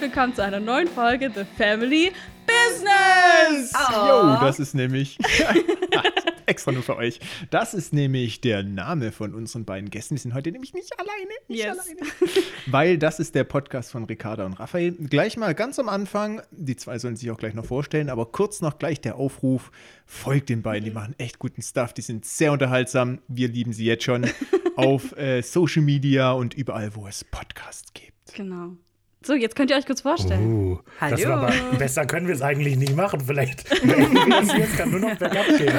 willkommen zu einer neuen Folge The Family Business. Jo, das ist nämlich Ah, extra nur für euch. Das ist nämlich der Name von unseren beiden Gästen. Wir sind heute nämlich nicht alleine, nicht Yes. alleine, weil das ist der Podcast von Ricarda und Raphael. Gleich mal ganz am Anfang, die zwei sollen sich auch gleich noch vorstellen, aber kurz noch gleich der Aufruf, folgt den beiden, die machen echt guten Stuff, die sind sehr unterhaltsam. Wir lieben sie jetzt schon auf äh, Social Media und überall, wo es Podcasts gibt. Genau. So, jetzt könnt ihr euch kurz vorstellen. Uh, Das war Hallo. aber, besser können wir es eigentlich nicht machen. Vielleicht das jetzt kann nur noch bergab gehen.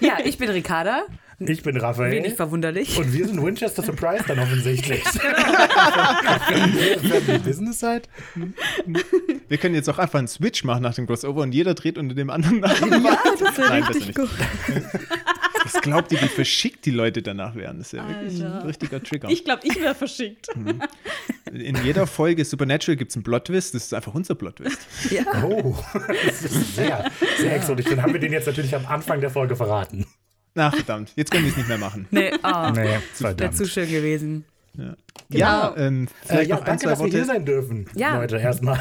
Ja, ich bin Ricarda. Ich bin Wenig Raphael. verwunderlich. Und wir sind Winchester Surprise dann offensichtlich. Wenn ihr Family Business seid. Wir können jetzt auch einfach einen Switch machen nach dem Crossover und jeder dreht unter dem anderen Namen. Ja, das wäre richtig gut. Was glaubt ihr, wie verschickt die Leute danach werden? Das ist ja wirklich ein Alter. richtiger Trigger. Ich glaube, ich wäre verschickt. In jeder Folge Supernatural gibt es einen Plot-Twist. Das ist einfach unser Plot-Twist. Ja. Oh, das ist sehr, sehr exotisch. Dann haben wir den jetzt natürlich am Anfang der Folge verraten. Na, verdammt. Jetzt können wir es nicht mehr machen. Nee, oh, Nee, wäre zu schön gewesen. Ja, ähm, Äh, vielleicht ja, noch ein, danke, zwei dass wir hier Worte. sein dürfen, Ja. Leute, erstmal.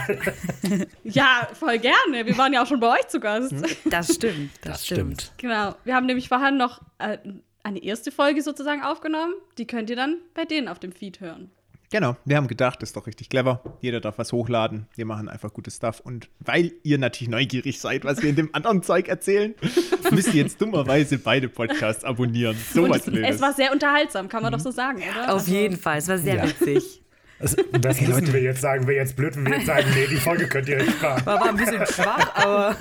Ja, voll gerne. Wir waren ja auch schon bei euch zu Gast. Hm. Das stimmt. Das, Genau. Wir haben nämlich vorhin noch äh, eine erste Folge sozusagen aufgenommen. Die könnt ihr dann bei denen auf dem Feed hören. Genau, wir haben gedacht, das ist doch richtig clever. Jeder darf was hochladen. Wir machen einfach gutes Stuff. Und weil ihr natürlich neugierig seid, was wir in dem anderen Zeug erzählen, müsst ihr jetzt dummerweise beide Podcasts abonnieren. So Und was Mhm. es, es war sehr unterhaltsam, kann man doch so sagen, oder? Auf jeden Fall. Es war sehr Ja. witzig. Das, das müssen wir jetzt sagen. Wir jetzt blöd, wenn wir jetzt sagen, nee, die Folge könnt ihr euch sparen. War, war ein bisschen schwach, aber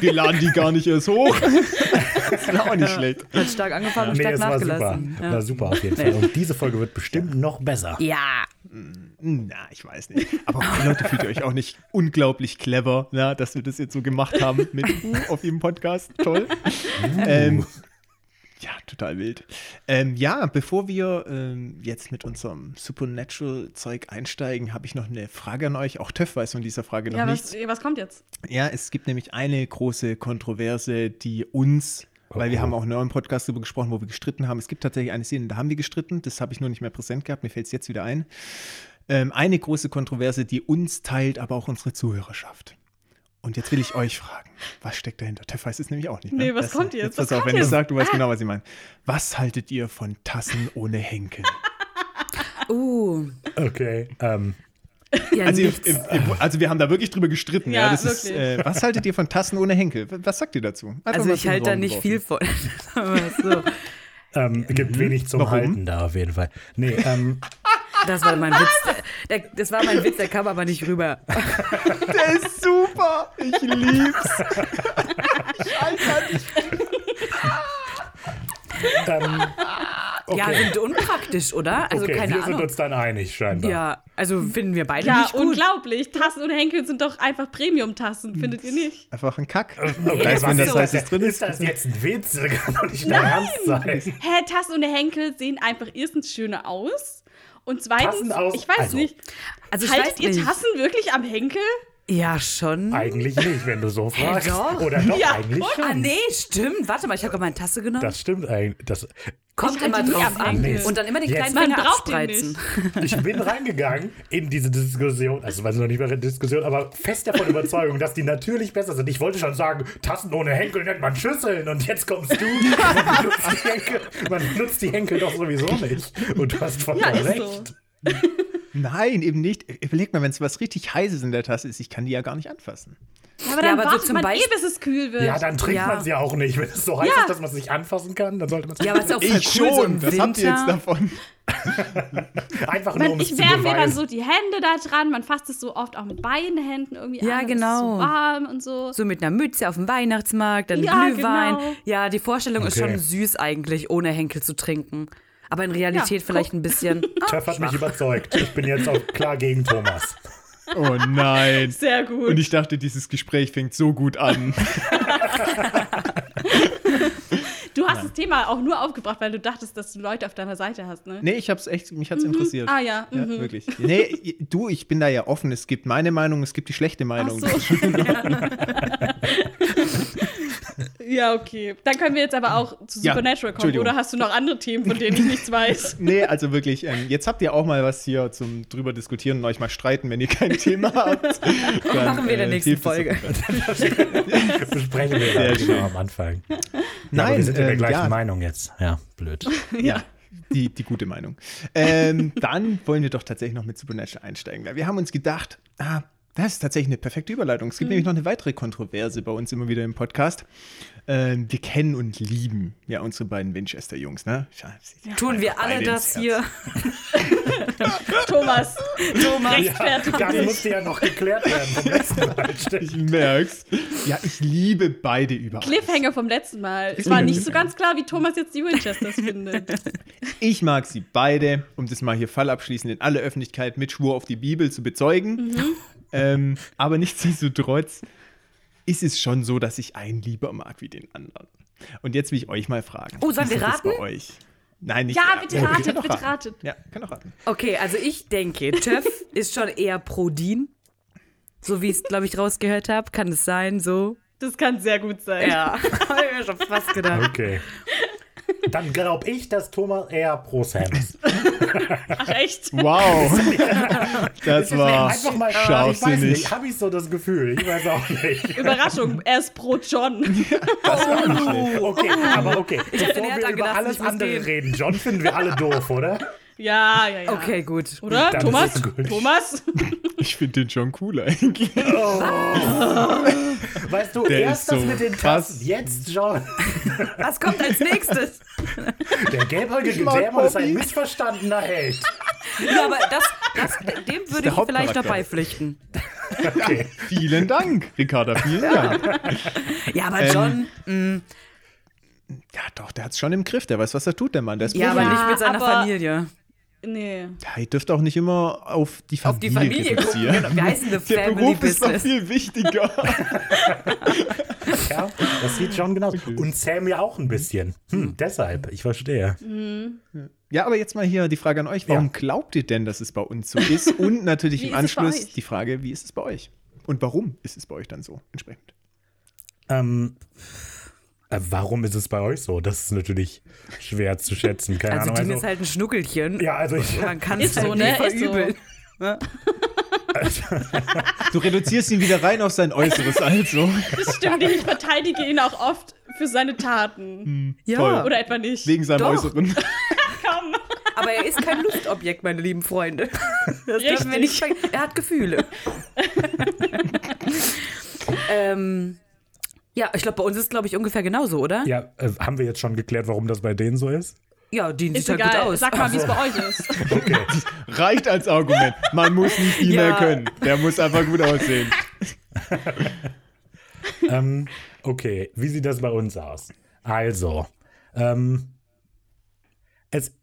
Wir laden die gar nicht erst hoch. das ist auch nicht schlecht. hat stark angefangen und Nee, stark es war super. nachgelassen. War super auf jeden Fall. Und diese Folge wird bestimmt noch besser. Ja. Na, ich weiß nicht. Aber oh, Leute, fühlt ihr euch auch nicht unglaublich clever, na, dass wir das jetzt so gemacht haben mit U auf jedem Podcast? Toll. Ähm, ja, total wild. Ähm, ja, bevor wir ähm, jetzt mit unserem Supernatural-Zeug einsteigen, habe ich noch eine Frage an euch. Auch Töff weiß von dieser Frage noch Ja, nichts. was, was kommt jetzt? Ja, es gibt nämlich eine große Kontroverse, die uns, weil wir haben auch in eurem Podcast darüber gesprochen, wo wir gestritten haben. Es gibt tatsächlich eine Szene, da haben wir gestritten, das habe ich nur nicht mehr präsent gehabt, mir fällt es jetzt wieder ein. Ähm, eine große Kontroverse, die uns teilt, aber auch unsere Zuhörerschaft. Und jetzt will ich euch fragen, was steckt dahinter? Teff weiß es nämlich auch nicht. Ne? Nee, was kommt jetzt? Jetzt Was pass auf, kommt wenn ich jetzt? Ah. sage, du weißt genau, was ich meine. Was haltet ihr von Tassen ohne Henkel? Uh. Okay. Ähm, Ja, Also, ihr, nichts. ihr, ihr, also wir haben da wirklich drüber gestritten. Ja, Ja, das ist, wirklich. äh, was haltet ihr von Tassen ohne Henkel? Was sagt ihr dazu? Einfach also mal ich so in den halte da Raum nicht geworfen. viel von. Aber so. ähm, gibt wenig zum Mhm. Warum? Halten da auf jeden Fall. Nee, ähm, Das war mein Witz. Der, das war mein Witz, der kam aber nicht rüber. Der ist super. Ich lieb's. ähm, okay. Ja, sind unpraktisch, oder? Also okay, keine wir sind Ahnung. uns dann einig scheinbar. Ja, also finden wir beide Ja, nicht gut. unglaublich. Tassen und Henkel sind doch einfach Premium-Tassen, findet ihr nicht? Einfach ein Kack. Okay, Weiß, wenn das was ist heißt, das? es drin ist. Ist das jetzt ein Witz? Das kann doch nicht dein Ernst sein. Hä, Tassen und Henkel sehen einfach erstens schöner aus. Und Tassen zweitens, aus- ich weiß also, nicht, Also ich haltet weiß ihr nicht. Tassen wirklich am Henkel? Ja, schon. Eigentlich nicht, wenn du so fragst. doch. Oder doch, Ja, eigentlich und? schon. Ah, nee, stimmt. Warte mal, ich habe gerade meine Tasse genommen. Das stimmt eigentlich. Das, Kommt Ich halte immer nie drauf am an. Ende. Und dann immer den Jetzt. kleinen Man Finger braucht den abspreizen. ich bin reingegangen in diese Diskussion, also weiß noch nicht mehr Diskussion, aber fest davon Überzeugung, dass die natürlich besser sind. Ich wollte schon sagen, Tassen ohne Henkel nennt man Schüsseln und jetzt kommst du. Man benutzt die Henkel, man benutzt die Henkel doch sowieso nicht. Und du hast Ja, vollkommen ist recht. so. Nein, eben nicht. Überleg mal, wenn es was richtig Heißes in der Tasse ist, ich kann die ja gar nicht anfassen. Ja, aber Ja, dann aber so wartet zum man eh, Beisp- bis es kühl wird. Ja, dann trinkt Ja. man es ja auch nicht. Wenn es so heiß Ja. ist, dass man es nicht anfassen kann, dann sollte man es Ja, aber es ist auch voll cool, so im Was habt ihr jetzt Winter. davon? einfach nur man, um es ich zu wärme mir dann beweisen. so die Hände da dran, man fasst es so oft auch mit beiden Händen irgendwie Ja, an. dann genau. Ist es so warm und so. So mit einer Mütze auf dem Weihnachtsmarkt, dann Ja, Glühwein. genau. Ja, die Vorstellung ist Okay. schon süß eigentlich, ohne Henkel zu trinken. Aber in Realität Ja, Ah. vielleicht ein bisschen. Töff hat mich überzeugt. Ich bin jetzt auch klar gegen Thomas. Oh nein. Sehr gut. Und ich dachte, dieses Gespräch fängt so gut an. du hast das Thema auch nur aufgebracht, weil du dachtest, dass du Leute auf deiner Seite hast, ne? Nee, ich hab's echt, mich hat's interessiert. Ah, ja, Ja, mhm. wirklich. Nee, du, ich bin da ja offen. Es gibt meine Meinung, es gibt die schlechte Ach Meinung. so. Ja, okay. Dann können wir jetzt aber auch zu Ja, Supernatural kommen. Entschuldigung. Oder hast du noch andere Themen, von denen ich nichts weiß? Nee, also wirklich, ähm, jetzt habt ihr auch mal was hier zum drüber diskutieren und euch mal streiten, wenn ihr kein Thema habt. Dann, Machen wir in der äh, nächsten hilft es Folge. Besprechen wir Sehr ja schön. schon am Anfang. Ja, Nein, aber wir sind ja äh, der gleichen ja. Meinung jetzt. Ja, blöd. Ja. Die, die gute Meinung. Ähm, dann wollen wir doch tatsächlich noch mit Supernatural einsteigen, weil wir haben uns gedacht, ah, das ist tatsächlich eine perfekte Überleitung. Es gibt Mhm. nämlich noch eine weitere Kontroverse bei uns immer wieder im Podcast. Ähm, wir kennen und lieben ja unsere beiden Winchester-Jungs, ne? Ja, sie- Tun wir alle Beide das ins hier, Thomas, Thomas? rechtfertige das dich. musste ja noch geklärt werden vom letzten Mal. Stimmt. Ich merk's. Ja, ich liebe beide über alles. Cliffhanger vom letzten Mal. Es war nicht so ganz klar, wie Thomas jetzt die Winchesters findet. Ich mag sie beide, um das mal hier fallabschließend in aller Öffentlichkeit mit Schwur auf die Bibel zu bezeugen. Ähm, aber nichtsdestotrotz ist es schon so, dass ich einen lieber mag wie den anderen. Und jetzt will ich euch mal fragen. Oh, sollen wie ist wir das raten? Bei euch? Nein, nicht Ja, raten. bitte Oh, ratet, kann doch bitte raten. ratet. Ja, kann auch raten. Okay, also ich denke, Jeff ist schon eher pro Dean. So wie ich es, glaube ich, rausgehört habe. Kann es sein, so? Das kann sehr gut sein. Ja, habe ich mir schon fast gedacht. Okay. Dann glaube ich, dass Thomas eher pro Sam ist. Ach, echt? Wow. Das war Einfach mal, Ah, ich weiß scharfsinnig. nicht, habe ich so das Gefühl. Ich weiß auch nicht. Überraschung, er ist pro John. Okay, aber okay. den Bevor Herd wir über angedacht, alles ich muss andere gehen. reden, John finden wir alle doof, oder? Ja, ja, ja. Okay, gut. Oder? Dann ist Thomas? es gut. Thomas? Ich finde den schon cool eigentlich. Weißt du, Der ist erst das so mit den krass. Tassen, jetzt John. Was kommt als nächstes? Der gelbhäutige mag Dämon ist ein Bobby. missverstandener Held. Ja, aber das, das, dem würde ich vielleicht Hauptcharakter. noch beipflichten. Okay. Vielen Dank, Ricarda. Vielen Dank. Ja, aber John, Ja, doch, der hat's schon im Griff. Der weiß, was er tut, der Mann. Der ist ja, aber Ja, nicht mit seiner aber- Familie. Nee. Ja, ihr dürft auch nicht immer auf die Familie, Auf die Familie gucken. reduzieren. Genau. Wir heißen The Der Family Beruf ist doch Business. viel wichtiger. Ja, das sieht John genauso. Und Sam ja auch ein bisschen. Hm, deshalb, ich verstehe. ja, aber jetzt mal hier die Frage an euch. Warum Ja. glaubt ihr denn, dass es bei uns so ist? Und natürlich Wie im ist es bei Anschluss euch? die Frage, wie ist es bei euch? Und warum ist es bei euch dann so entsprechend? Ähm, äh, warum ist es bei euch so? Das ist natürlich schwer zu schätzen. Keine Also Ahnung. Dean ist halt ein Schnuckelchen. ja, also ich, Man kann Ist es halt so, nicht ne? Ist so. verübeln. Du reduzierst ihn wieder rein auf sein Äußeres, also. Das stimmt nicht. Ich verteidige ihn auch oft für seine Hm. Taten. Ja, Voll. Oder etwa nicht. Wegen seinem Doch. Äußeren. Komm. aber er ist kein Luftobjekt, meine lieben Freunde. Das dürfen wir Richtig. nicht vergessen. Er hat Gefühle. ähm, ja, ich glaube, bei uns ist es, glaube ich, ungefähr genauso, oder? ja, äh, haben wir jetzt schon geklärt, warum das bei denen so ist? Ja, Dean Ist sieht halt gut egal. aus. Sag mal, wie es bei euch ist. Reicht als Argument. Man muss nicht viel Ja. mehr können. Der muss einfach gut aussehen. ähm, okay, wie sieht das bei uns aus? Also, ähm, es, es,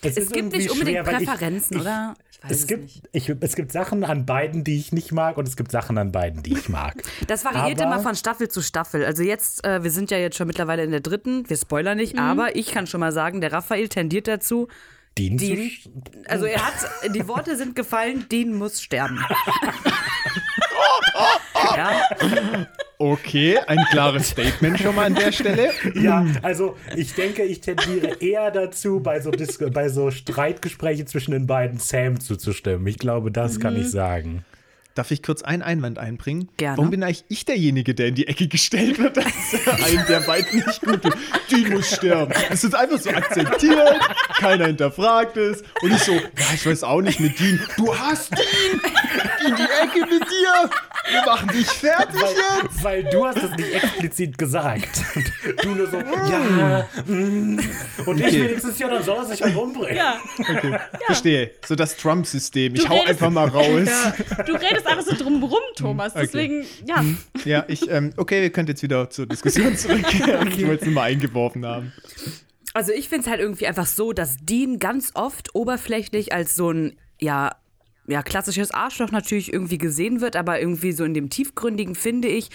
es ist gibt irgendwie nicht unbedingt schwer, weil ich- Präferenzen, ich, oder? Ich weiß Es gibt, ich, es gibt Sachen an beiden, die ich nicht mag, und es gibt Sachen an beiden, die ich mag. Das variiert Aber- immer von Staffel zu Staffel. Also jetzt, äh, wir sind ja jetzt schon mittlerweile in der dritten, wir spoilern nicht, aber ich kann schon mal sagen, der Raphael tendiert dazu, Dean, Dean, zu, also er hat, die Worte sind gefallen, Dean muss sterben. ja, Okay, ein klares Statement schon mal an der Stelle. Ja, also ich denke, ich tendiere eher dazu, bei so, Dis bei so Streitgesprächen zwischen den beiden Sam zuzustimmen. Ich glaube, das kann Mhm. ich sagen. Darf ich kurz einen Einwand einbringen? Gerne. Warum bin eigentlich ich derjenige, der in die Ecke gestellt wird, dass einem der beiden nicht gut tut? Die muss sterben. Es ist einfach so akzeptiert, keiner hinterfragt es. Und ich so, ja, ich weiß auch nicht mit Dean. Du hast Dean! In die Ecke mit dir! Wir machen dich fertig Weil, jetzt! weil du hast es nicht explizit gesagt. Du nur so, ja, mm. und ich Okay. wenigstens, ja, dann soll er sich halt umbringen. Ja. Verstehe. So das Trump-System. Ich Du hau redest- einfach mal raus. Du redest einfach so drum rum, Thomas. Hm. Deswegen, ja. Ja, ich, ähm, okay, wir könnt jetzt wieder zur Diskussion zurückkehren. Ich wollte es nur mal eingeworfen haben. also ich finde es halt irgendwie einfach so, dass Dean ganz oft oberflächlich als so ein, ja, ja, klassisches Arschloch natürlich irgendwie gesehen wird, aber irgendwie so in dem Tiefgründigen finde ich,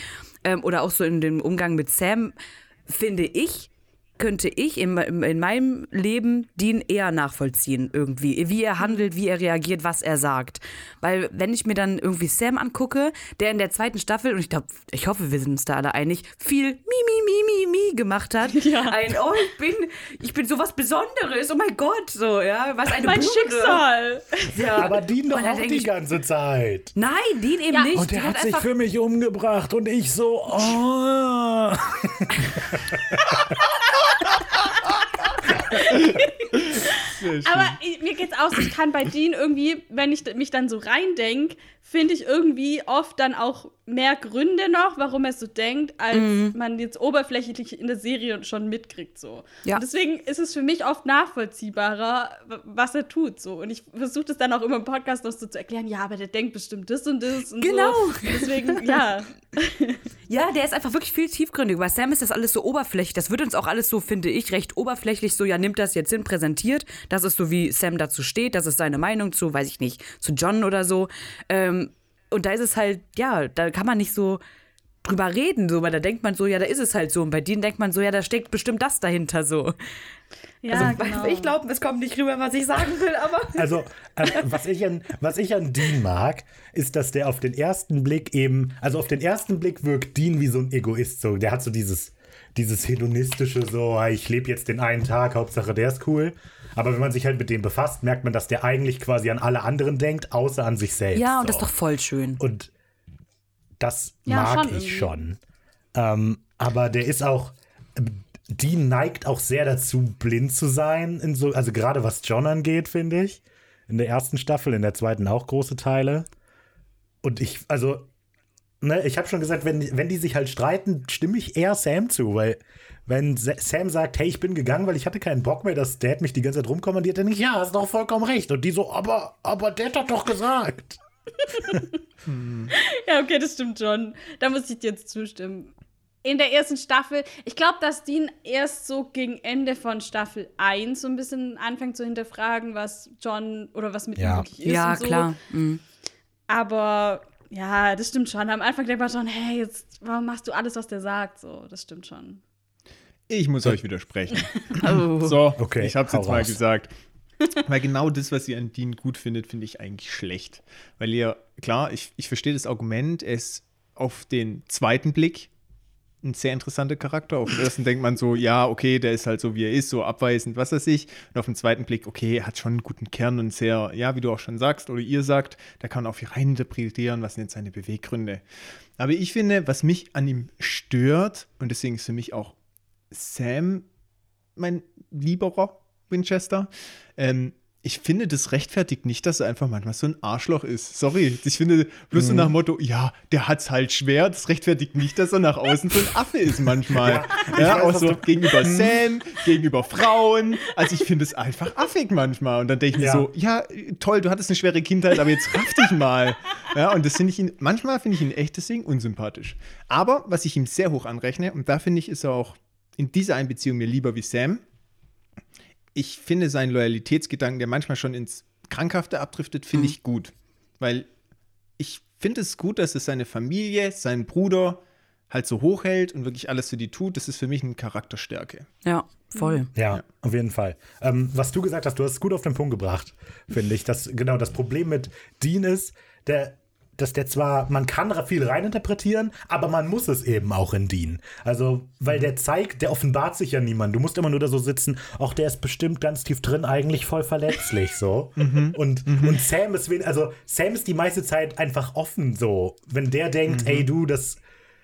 ähm, oder auch so in dem Umgang mit Sam, finde ich, könnte ich in, in, in meinem Leben Dean eher nachvollziehen, irgendwie. Wie er handelt, wie er reagiert, was er sagt. Weil, wenn ich mir dann irgendwie Sam angucke, der in der zweiten Staffel, und ich glaube, ich hoffe, wir sind uns da alle einig, viel Mi, Mi, Mi, Mi, Mi gemacht hat. Ja. Ein, oh, ich bin, ich bin sowas Besonderes, oh mein Gott, so, ja. Was eine Mein Blume. Schicksal. Ja. Aber Dean doch Und dann auch denk die ich, ganze Zeit. Nein, Dean eben Ja. nicht. Und der Dean hat sich einfach- für mich umgebracht und ich so, oh. Aber ich- mir geht's aus, ich kann bei Dean irgendwie, wenn ich d- mich dann so reindenke, finde ich irgendwie oft dann auch mehr Gründe noch, warum er so denkt, als Mhm. man jetzt oberflächlich in der Serie schon mitkriegt so. Ja. Und deswegen ist es für mich oft nachvollziehbarer, w- was er tut so. Und ich versuche das dann auch immer im Podcast noch so zu erklären, ja, aber der denkt bestimmt das und das und Genau. Also, so. Deswegen, ja. Ja, der ist einfach wirklich viel tiefgründiger. Bei Sam ist das alles so oberflächlich. Das wird uns auch alles so, finde ich, recht oberflächlich so, ja, nimmt das jetzt hin, präsentiert. Das ist so, wie Sam dazu steht. Das ist seine Meinung zu, weiß ich nicht, zu John oder so. Ähm, und da ist es halt, ja, da kann man nicht so drüber reden, so, weil da denkt man so, ja, da ist es halt so. Und bei denen denkt man so, ja, da steckt bestimmt das dahinter so. ja genau. glaube, es kommt nicht rüber, was ich sagen will, aber. Also, äh, was, ich an, was ich an Dean mag, ist, dass der auf den ersten Blick eben, also auf den ersten Blick wirkt Dean wie so ein Egoist. So, der hat so dieses, dieses hedonistische, so, "Ah, ich lebe jetzt den einen Tag, Hauptsache der ist cool. Aber wenn man sich halt mit dem befasst, merkt man, dass der eigentlich quasi an alle anderen denkt, außer an sich selbst. Ja, und so. das ist doch voll schön. Und das Ja, mag schon ich irgendwie. schon. Ähm, aber der ist auch, die neigt auch sehr dazu, blind zu sein. In so, also gerade was John angeht, finde ich. In der ersten Staffel, in der zweiten auch große Teile. Und ich, also, ne, ich habe schon gesagt, wenn, wenn die sich halt streiten, stimme ich eher Sam zu, weil wenn Sa- Sam sagt, hey, ich bin gegangen, weil ich hatte keinen Bock mehr, dass Dad mich die ganze Zeit rumkommandiert, dann denke ich, ja, hast doch vollkommen recht. Und die so, aber, aber Dad hat doch gesagt. Ja, okay, das stimmt schon. Da muss ich dir jetzt zustimmen. In der ersten Staffel, ich glaube, dass Dean erst so gegen Ende von Staffel 1 so ein bisschen anfängt zu hinterfragen, was John oder was mit Ja. ihm wirklich ist. Ja, und so. klar. Mhm. Aber ja, das stimmt schon. Am Anfang denkt man schon, hey, jetzt, warum machst du alles, was der sagt? So, das stimmt schon. Ich muss euch widersprechen. Oh. So, Okay, ich hab's hau jetzt mal raus. gesagt. Weil genau das, was ihr an Dean gut findet, finde ich eigentlich schlecht. Weil ihr, klar, ich, ich verstehe das Argument, er ist auf den zweiten Blick ein sehr interessanter Charakter. Auf den ersten denkt man so, ja, okay, der ist halt so, wie er ist, so abweisend, was weiß ich. Und auf den zweiten Blick, okay, er hat schon einen guten Kern und sehr, ja, wie du auch schon sagst oder ihr sagt, da kann man auch viel reininterpretieren, was sind jetzt seine Beweggründe. Aber ich finde, was mich an ihm stört, und deswegen ist für mich auch Sam mein lieberer Winchester. Ähm, ich finde, das rechtfertigt nicht, dass er einfach manchmal so ein Arschloch ist. Sorry, ich finde, bloß Mhm. so nach dem Motto, ja, der hat's halt schwer, das rechtfertigt nicht, dass er nach außen so ein Affe ist manchmal. Ja, weiß, auch was so du- gegenüber Sam, gegenüber Frauen. Also ich finde es einfach affig manchmal. Und dann denke ich mir Ja. so, ja, toll, du hattest eine schwere Kindheit, aber jetzt raff dich mal. Ja, und das finde ich ihn, manchmal finde ich ihn echt deswegen unsympathisch. Aber was ich ihm sehr hoch anrechne, und da finde ich, ist er auch in dieser Einbeziehung mir lieber wie Sam. Ich finde seinen Loyalitätsgedanken, der manchmal schon ins Krankhafte abdriftet, finde ich gut. Weil ich finde es gut, dass es seine Familie, seinen Bruder halt so hochhält und wirklich alles für die tut. Das ist für mich eine Charakterstärke. Ja, voll. Ja, auf jeden Fall. Ähm, was du gesagt hast, du hast es gut auf den Punkt gebracht, finde ich. Das, genau, das Problem mit Dean ist, der, dass der zwar, man kann ra- viel reininterpretieren, aber man muss es eben auch in Dean. Also, weil der zeigt, der offenbart sich ja niemand. Du musst immer nur da so sitzen, auch der ist bestimmt ganz tief drin, eigentlich voll verletzlich, so. und, und Sam ist, wen- also, Sam ist die meiste Zeit einfach offen, so. Wenn der denkt, ey, du, das,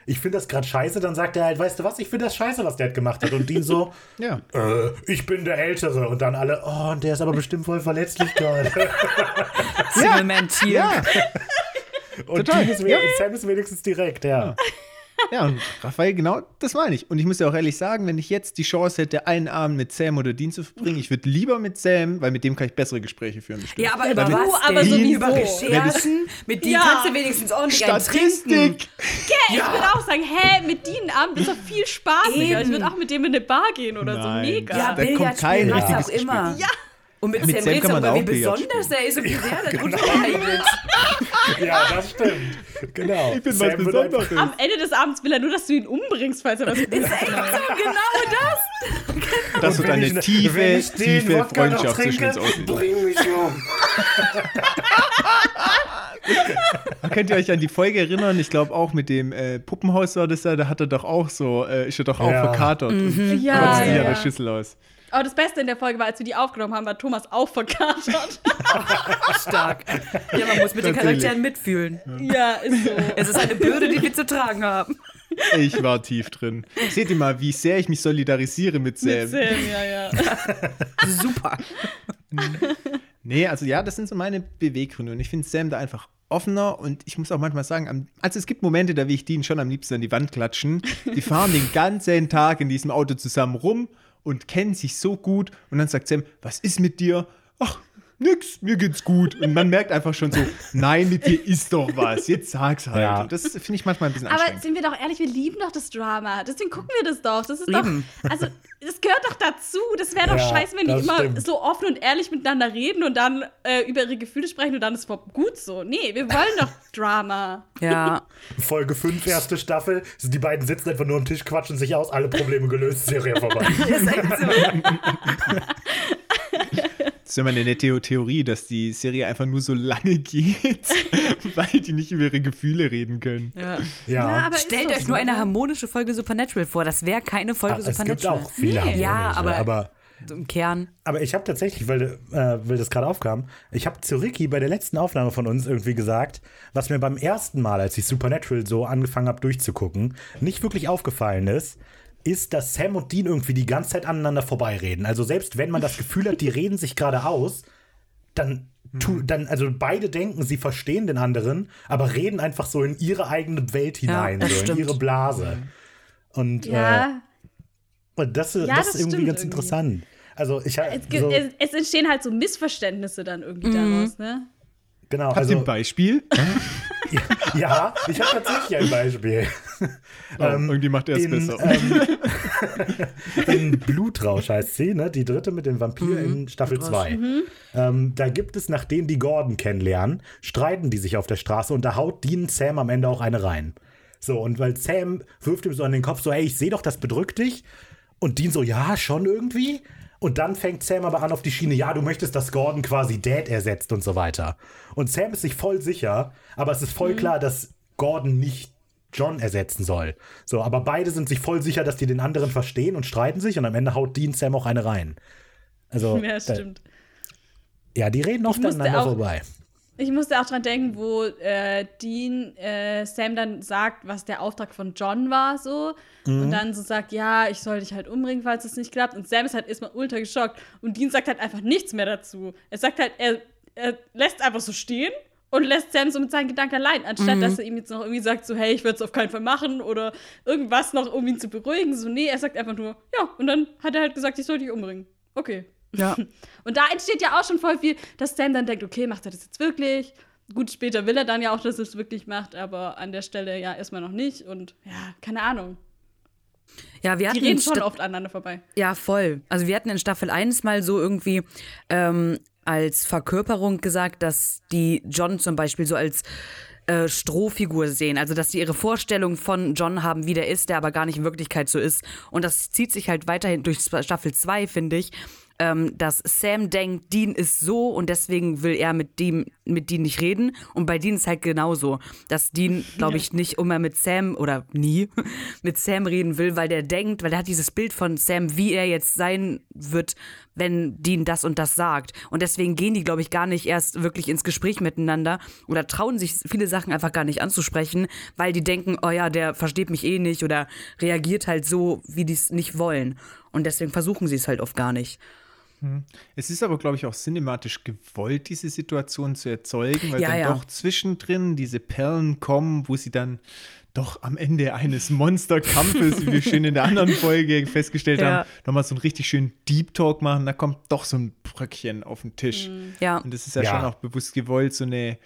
ich finde das gerade scheiße, dann sagt er halt, weißt du was, ich finde das scheiße, was der halt gemacht hat. Und Dean so, Ja. äh, ich bin der Ältere. Und dann alle, oh, und der ist aber bestimmt voll verletzlich gerade. Single Man Tier. Ja, Und Total. Dean ist we- Sam ist wenigstens direkt, ja. ja, und Raphael, genau das meine ich. Und ich muss ja auch ehrlich sagen, wenn ich jetzt die Chance hätte, einen Abend mit Sam oder Dean zu verbringen, ich würde lieber mit Sam, weil mit dem kann ich bessere Gespräche führen. Bestimmt. Ja, aber Weil über mit- Du was aber denn? sowieso. Über Recherchen? Mit denen Ja. kannst du wenigstens ordentlich einen trinken. Statistik! Hey, Ich würde auch sagen, hä, mit Dean Abend ist doch viel spaßiger. Eben. Ich würde auch mit dem in eine Bar gehen oder Nein. so. Mega. Ja, Da kommt Billard kein spielen, was richtiges auch immer. Spiel. Ja. Und mit, Mit Sam Sam redest kann du man aber, wie auch Billard besonders der ist und wie sehr der genau. gut Ja, das stimmt. Genau. Ich bin was Sam wird einfach- Besonderes. Am Ende des Abends will er nur, dass du ihn umbringst, falls er was Ist echt so, genau das. Das wird wenn eine ich- ne- wenn tiefe, ich den tiefe Wodka noch Freundschaft zwischen uns trinke, aussieht. Bring mich um. Könnt ihr euch an die Folge erinnern? Ich glaube auch mit dem äh, Puppenhaus war das ja, da hat er doch auch so, äh, ist er doch auch Ja. verkatert und Ja, ja, kotzt wieder der ja. Schüssel aus. Aber das Beste in der Folge war, als wir die aufgenommen haben, war Thomas auch verkatert. Stark. Ja, man muss mit den Natürlich. Charakteren mitfühlen. ja, ist so. Es ist eine Bürde, die wir zu tragen haben. Ich war tief drin. Seht ihr mal, wie sehr ich mich solidarisiere mit Sam. Mit Sam, ja, ja. Super. Nee, also ja, das sind so meine Beweggründe. Und ich finde Sam da einfach offener und ich muss auch manchmal sagen, am, also es gibt Momente, da will ich den schon am liebsten an die Wand klatschen. Die fahren den ganzen Tag in diesem Auto zusammen rum und kennen sich so gut. Und dann sagt Sam, was ist mit dir? Ach, nix, mir geht's gut. Und man merkt einfach schon so, nein, mit dir ist doch was. Jetzt sag's halt. Ja. Und das finde ich manchmal ein bisschen Aber anstrengend. sind wir doch ehrlich, wir lieben doch das Drama. Deswegen gucken wir das doch. Das ist Eben. doch, also, das gehört doch dazu. Das wäre doch Ja, scheiße, wenn das die immer stimmt. so offen und ehrlich miteinander reden und dann äh, über ihre Gefühle sprechen und dann ist es gut so. Nee, wir wollen doch Drama. Ja. Folge 5, erste Staffel. Die beiden sitzen einfach nur am Tisch, quatschen sich aus, alle Probleme gelöst, Serie vorbei. Ist echt so. Das ist immer eine nette Theorie, dass die Serie einfach nur so lange geht, weil die nicht über ihre Gefühle reden können. Ja. Ja, Ja. aber ist Stellt doch euch so. nur eine harmonische Folge Supernatural vor. Das wäre keine Ah, Folge es gibt Supernatural. auch viele harmonische, Ja, aber, aber so im Kern. Aber ich habe tatsächlich, weil, äh, weil das gerade aufkam, ich habe zu Ricky bei der letzten Aufnahme von uns irgendwie gesagt, was mir beim ersten Mal, als ich Supernatural so angefangen habe durchzugucken, nicht wirklich aufgefallen ist, ist, dass Sam und Dean irgendwie die ganze Zeit aneinander vorbeireden. Also selbst wenn man das Gefühl hat, die reden sich gerade aus, dann, Mhm. tu, dann, also beide denken, sie verstehen den anderen, aber reden einfach so in ihre eigene Welt hinein, das so in stimmt. ihre Blase. Und äh, Ja, und das, Ja, das, das ist irgendwie stimmt ganz irgendwie. interessant. Also ich habe es, gibt, so, es, es entstehen halt so Missverständnisse dann irgendwie daraus, ne? genau Habt ihr also ein Beispiel? ja, ich habe tatsächlich ein Beispiel. Oh, Ähm, irgendwie macht er es in, besser. ähm, in Blutrausch heißt sie, ne? die dritte mit dem Vampir in Staffel 2. Ähm, da gibt es, nachdem die Gordon kennenlernen, streiten die sich auf der Straße und da haut Dean Sam am Ende auch eine rein. So, und weil Sam wirft ihm so an den Kopf, so, hey, ich sehe doch, das bedrückt dich. Und Dean so, ja, schon irgendwie. Und dann fängt Sam aber an auf die Schiene, ja, du möchtest, dass Gordon quasi Dad ersetzt und so weiter. Und Sam ist sich voll sicher, aber es ist Mhm. voll klar, dass Gordon nicht John ersetzen soll. So, aber beide sind sich voll sicher, dass die den anderen verstehen und streiten sich und am Ende haut Dean Sam auch eine rein. Also, Ja, da- stimmt. ja die reden oft musste aneinander auch- vorbei. Ich musste auch dran denken, wo äh, Dean äh, Sam dann sagt, was der Auftrag von John war, so. Und dann so sagt, ja, ich soll dich halt umbringen, falls es nicht klappt. Und Sam ist halt erstmal ultra geschockt. Und Dean sagt halt einfach nichts mehr dazu. Er sagt halt, er, er lässt einfach so stehen und lässt Sam so mit seinen Gedanken allein, anstatt dass er ihm jetzt noch irgendwie sagt, so, hey, ich würde es auf keinen Fall machen oder irgendwas noch, um ihn zu beruhigen. So, nee, er sagt einfach nur, ja. Und dann hat er halt gesagt, ich soll dich umbringen. Okay. Ja. Und da entsteht ja auch schon voll viel, dass Sam dann denkt, okay, macht er das jetzt wirklich? Gut, später will er dann ja auch, dass er es wirklich macht, aber an der Stelle ja erstmal noch nicht. Und ja, keine Ahnung. Ja, wir Die hatten reden schon Sta- oft aneinander vorbei. Ja, voll. Also wir hatten in Staffel 1 mal so irgendwie ähm, als Verkörperung gesagt, dass die John zum Beispiel so als äh, Strohfigur sehen. Also dass sie ihre Vorstellung von John haben, wie der ist, der aber gar nicht in Wirklichkeit so ist. Und das zieht sich halt weiterhin durch Sp- Staffel 2, finde ich. Ähm, dass Sam denkt, Dean ist so und deswegen will er mit Dean, mit Dean nicht reden. Und bei Dean ist halt genauso, dass Dean, glaube ich, nicht immer mit Sam oder nie mit Sam reden will, weil der denkt, weil er hat dieses Bild von Sam, wie er jetzt sein wird, wenn Dean das und das sagt. Und deswegen gehen die, glaube ich, gar nicht erst wirklich ins Gespräch miteinander oder trauen sich viele Sachen einfach gar nicht anzusprechen, weil die denken, oh ja, der versteht mich eh nicht oder reagiert halt so, wie die es nicht wollen. Und deswegen versuchen sie es halt oft gar nicht. Es ist aber, glaube ich, auch cinematisch gewollt, diese Situation zu erzeugen, weil Ja, dann ja. doch zwischendrin diese Perlen kommen, wo sie dann doch am Ende eines Monsterkampfes, wie wir schön in der anderen Folge festgestellt Ja. haben, nochmal so einen richtig schönen Deep Talk machen. Da kommt doch so ein Bröckchen auf den Tisch. Mhm. Ja. Und das ist ja, Ja. schon auch bewusst gewollt, so eine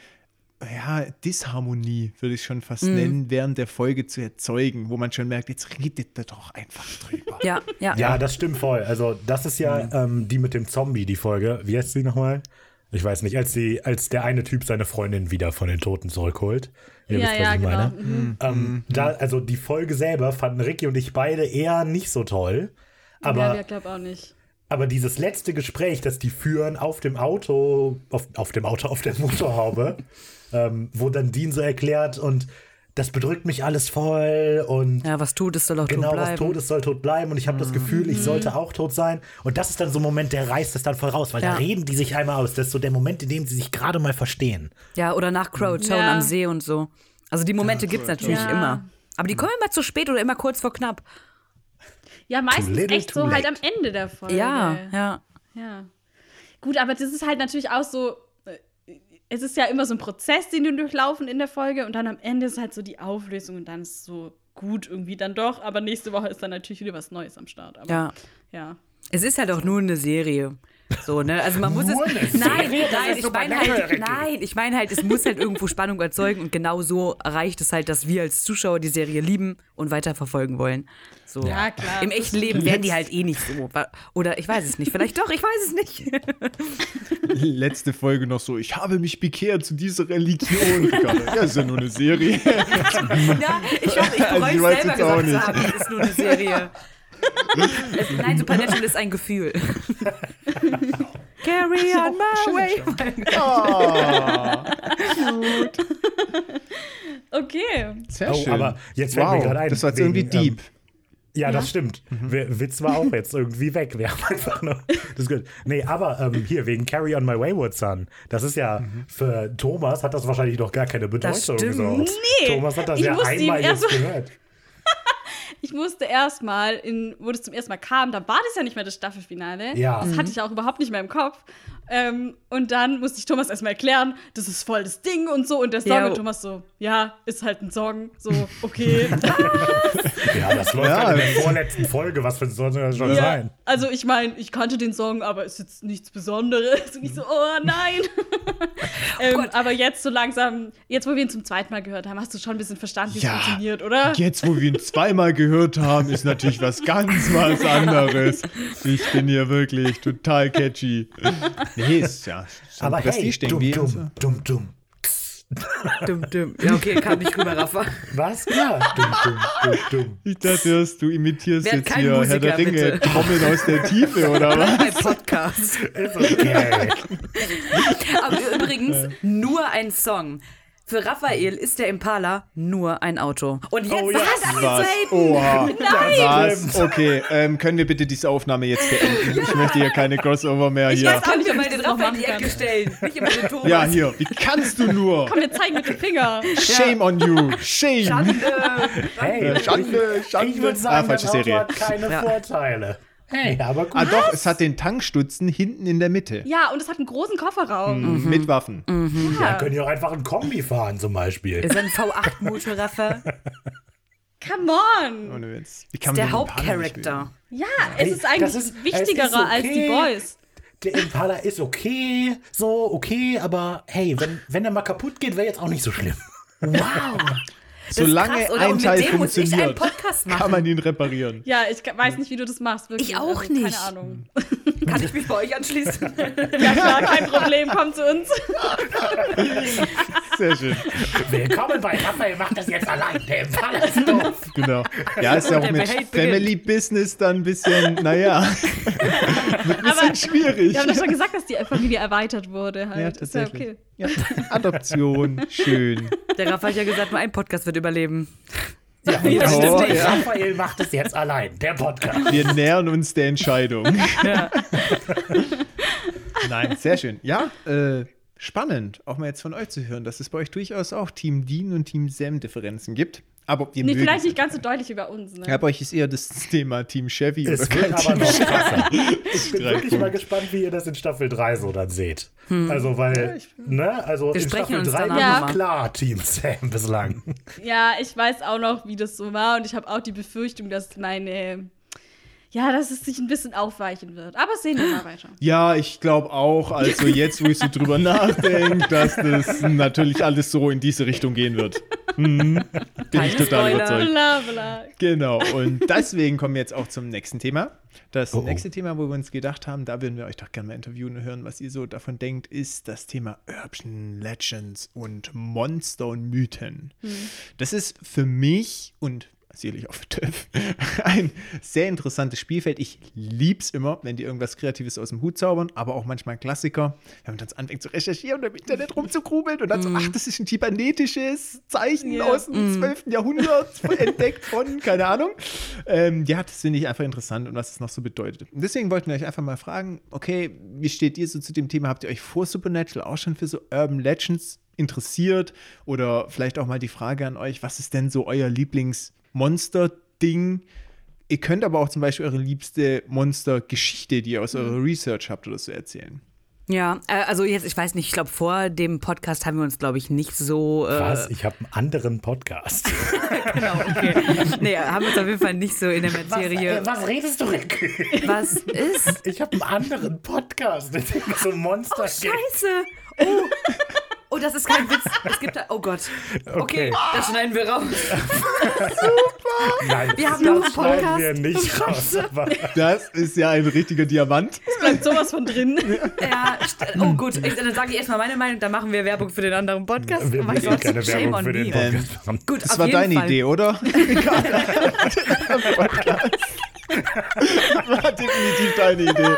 ja, Disharmonie, würde ich schon fast Mhm. nennen, während der Folge zu erzeugen, wo man schon merkt, jetzt redet da doch einfach drüber. Ja, ja. Ja, das stimmt voll. Also, das ist Mhm. ja ähm, die mit dem Zombie, die Folge. Wie heißt sie nochmal? Ich weiß nicht, als, sie, als der eine Typ seine Freundin wieder von den Toten zurückholt. Ihr ja, wisst, was ja, ich genau. Mhm. meine. Ähm, da, also die Folge selber fanden Ricky und ich beide eher nicht so toll. ja, Aber, wir glaube auch nicht. aber dieses letzte Gespräch, das die führen auf dem Auto, auf, auf dem Auto, auf der Motorhaube, ähm, wo dann Dean so erklärt und das bedrückt mich alles voll und Ja, was tut, es soll auch genau, tot bleiben. was tot ist, soll tot bleiben. Und ich habe das Gefühl, Mhm. ich sollte auch tot sein. Und das ist dann so ein Moment, der reißt es dann voll raus, weil Ja. da reden die sich einmal aus. Das ist so der Moment, in dem sie sich gerade mal verstehen. Ja, oder nach Crowtown Ja. am See und so. Also die Momente gibt's natürlich Ja. immer. Aber die kommen immer zu spät oder immer kurz vor knapp. Ja, meistens little, echt too so halt am late. Ende der Folge. Ja, ja. Ja. Gut, aber das ist halt natürlich auch so. äh, Es ist ja immer so ein Prozess, den wir durchlaufen in der Folge und dann am Ende ist halt so die Auflösung und dann ist es so gut irgendwie dann doch. Aber nächste Woche ist dann natürlich wieder was Neues am Start. Aber, Ja. Ja. Es ist halt auch nur eine Serie. So, ne? Also man muss Nur es. eine nein, Serie? Das nein, ist ich super meine nervig. halt, nein, ich meine halt, es muss halt irgendwo Spannung erzeugen und genau so erreicht es halt, dass wir als Zuschauer die Serie lieben und weiterverfolgen wollen. So. Ja, klar. Im Das echten Leben werden die halt eh nicht so. Wa- Oder ich weiß es nicht. Vielleicht doch, ich weiß es nicht. Letzte Folge noch so, ich habe mich bekehrt zu dieser Religion. Ja, ist ja nur eine Serie. Ja, ich hoffe, ich Also, ich bereue weiß es selber jetzt auch gesagt zu nicht. haben. Es ist nur eine Serie. Es, nein, Supernatural ist ein Gefühl. Carry on my way. Okay. Sehr Oh, aber jetzt fällt mir gerade ein, Das war jetzt wegen, irgendwie ähm, deep. Ja, das stimmt. Mhm. W- Witz war auch jetzt irgendwie weg. Wir haben einfach nur. Das ist gut. Nee, aber ähm, hier wegen Carry on My Wayward Son. Das ist ja für Thomas hat das wahrscheinlich noch gar keine Bedeutung. stimmt. So. Nee, Thomas hat das ich ja musste ihm einmal erst jetzt gehört. Ich musste erstmal, in- wo das zum ersten Mal kam, da war das ja nicht mehr das Staffelfinale. Ja. Mhm. Das hatte ich auch überhaupt nicht mehr im Kopf. Ähm, und dann musste ich Thomas erstmal erklären, das ist voll das Ding und so. Und der Song. Jo. Und Thomas so, ja, ist halt ein Song. So, okay. Ja, das läuft Ja. halt in der vorletzten Folge. Was für soll das schon ja, sein? also ich meine, ich kannte den Song, aber ist jetzt nichts Besonderes. Und ich so, oh nein. ähm, Gott. aber jetzt so langsam, jetzt wo wir ihn zum zweiten Mal gehört haben, hast du schon ein bisschen verstanden, wie es Ja. funktioniert, oder? Jetzt, wo wir ihn zweimal gehört haben, ist natürlich was ganz was anderes. Ich bin hier wirklich total catchy. Nee, ist ja so ein Aber hey, Prestigeding, dumm, wie- dumm, dumm, dumm. Dum, dum. Ja, okay, kam nicht rüber, Rafa. Was? Ja, dumm, dumm, dumm, dumm. Ich dachte erst, du imitierst Werd jetzt kein hier Musiker, Herr der Ringe, bitte. Trommeln aus der Tiefe oder was? Bei Podcast. Ist okay. Aber übrigens, nur ein Song. Für Raphael ist der Impala nur ein Auto. Und jetzt Oh ja. was? Was? Oha. Was? Okay, ähm, können wir bitte diese Aufnahme jetzt beenden? Ich möchte hier keine Crossover mehr Ich hier. weiß auch nicht, ob wir Ich den weiß auch nicht, Raphael in ob die ich das noch Ecke stellen. Nicht immer den Thomas. Ja, hier. Wie kannst du nur? Komm, wir zeigen mit dem Finger. Shame on you. Shame. Äh, Hey, Schande, Schande. ich würde sagen, ah, das falsche Auto Serie. hat keine Ja. Vorteile. Hey, aber gut. Ah, doch, es hat den Tankstutzen hinten in der Mitte. Mhm. Ja, und es hat einen großen Hm. Kofferraum. Mit Waffen. Ja, können ja auch einfach ein Kombi fahren zum Beispiel. Ist ein V8-Motor, Rafa. Come on! Oh Ohne Witz. Wie kann Der man den Impala nicht Hauptcharakter. Ja, Ey, es ist das eigentlich ist- es wichtigerer ist okay. als die Boys. Der Impala ist okay, so okay, aber hey, wenn, wenn er mal kaputt geht, wäre jetzt auch nicht so schlimm. mögen? Solange krass, oder? Und ein mit Teil dem muss ich einen funktioniert, Podcast machen. kann man ihn reparieren. Ja, ich ka- Hm. weiß nicht, wie du das machst. Wirklich. Ich auch also, nicht. Keine Ahnung. Kann ich mich bei euch anschließen? Ja, klar, kein Problem, komm zu uns. Sehr schön. Willkommen bei Raphael, macht das jetzt allein. Der Impala ist doof. Genau. Ja, ist ja auch Der mit behält Family Business dann ein bisschen, naja, ein bisschen schwierig. Wir haben doch schon gesagt, dass die Familie erweitert wurde. Halt. Ja, ist ja tatsächlich. okay. Ja. Adoption, schön. Der Rafa hat ja gesagt, nur ein Podcast wird überleben. Ja, stimmt oh, nicht. ja. Raphael macht es jetzt allein. Der Podcast. Wir nähern uns der Entscheidung. Nein, sehr schön. Ja, äh, spannend, auch mal jetzt von euch zu hören, dass es bei euch durchaus auch Team Dean und Team Sam Differenzen gibt. Aber ihr Nee, mögt vielleicht es. nicht ganz so deutlich wie bei uns. Ne? Ja, bei euch ist eher das Thema Team Chevy Es oder wird kein Team aber noch Chevy. krasser. Ich bin wirklich Punkt. mal gespannt, wie ihr das in Staffel 3 so dann seht. Hm. Also, weil, ne, also Wir in sprechen Staffel uns 3 danach Ja. war klar Team Sam bislang. Ja, ich weiß auch noch, wie das so war. Und ich habe auch die Befürchtung, dass meine. Ja, dass es sich ein bisschen aufweichen wird. Aber sehen wir mal weiter. Ja, ich glaube auch, also jetzt, wo ich so drüber nachdenke, dass das natürlich alles so in diese Richtung gehen wird. Mhm. Bin ich Keine total Spoiler. überzeugt. Bla bla. Genau, und deswegen kommen wir jetzt auch zum nächsten Thema. Das Oh, oh. nächste Thema, wo wir uns gedacht haben, da würden wir euch doch gerne mal interviewen und hören, was ihr so davon denkt, ist das Thema Urban Legends und Monster und Mythen. Das ist für mich und Selig auf TÜV. Ein sehr interessantes Spielfeld. Ich lieb's immer, wenn die irgendwas Kreatives aus dem Hut zaubern, aber auch manchmal Klassiker, wenn man dann anfängt zu recherchieren und im Internet rumzugrubeln und dann so, ach, das ist ein tibernetisches Zeichen Ja. aus dem 12. Jahrhundert von- entdeckt von, keine Ahnung. Ähm, ja, das finde ich einfach interessant und was es noch so bedeutet. Und deswegen wollten wir euch einfach mal fragen, okay, wie steht ihr so zu dem Thema? Habt ihr euch vor Supernatural auch schon für so Urban Legends interessiert? Oder vielleicht auch mal die Frage an euch, was ist denn so euer Lieblingsmonster-Ding? Ihr könnt aber auch zum Beispiel eure liebste Monster-Geschichte, die ihr aus eurer Research habt oder so erzählen. Ja, äh, also jetzt, ich weiß nicht, ich glaube, vor dem Podcast haben wir uns, glaube ich, nicht so. Äh, Was? Ich habe einen anderen Podcast. Genau, okay. nee, haben wir uns auf jeden Fall nicht so in der Materie. was äh, redest du, Rick? Was ist? Ich habe einen anderen Podcast, in dem es so Monster geht. Scheiße! Oh! Oh, das ist kein Witz. Es gibt da. Oh Gott. Okay, Okay. das schneiden wir raus. Nein, Wir haben noch einen das schneiden wir Podcast. nicht raus. Aber Das ist ja ein richtiger Diamant. Es bleibt sowas von drin. Ja, st- oh gut. Ich, dann sage ich erstmal meine Meinung, dann machen wir Werbung für den anderen Podcast. wir oh mein müssen Gott, keine shame Werbung on für den me. Ähm, Podcast machen. Gut, Das auf war jeden deine Fall. Idee, oder? war definitiv deine Idee.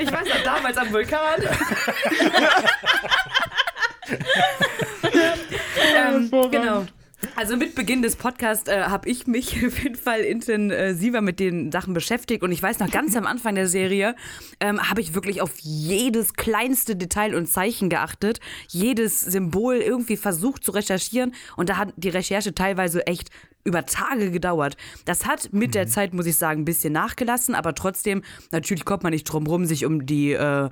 Ich weiß noch, damals am Vulkan. ähm, genau. Also mit Beginn des Podcasts äh, habe ich mich auf jeden Fall intensiver mit den Sachen beschäftigt und ich weiß noch ganz am Anfang der Serie ähm, habe ich wirklich auf jedes kleinste Detail und Zeichen geachtet, jedes Symbol irgendwie versucht zu recherchieren und da hat die Recherche teilweise echt über Tage gedauert. Das hat mit der Zeit, muss ich sagen, ein bisschen nachgelassen, aber trotzdem, natürlich kommt man nicht drum rum, sich um die äh,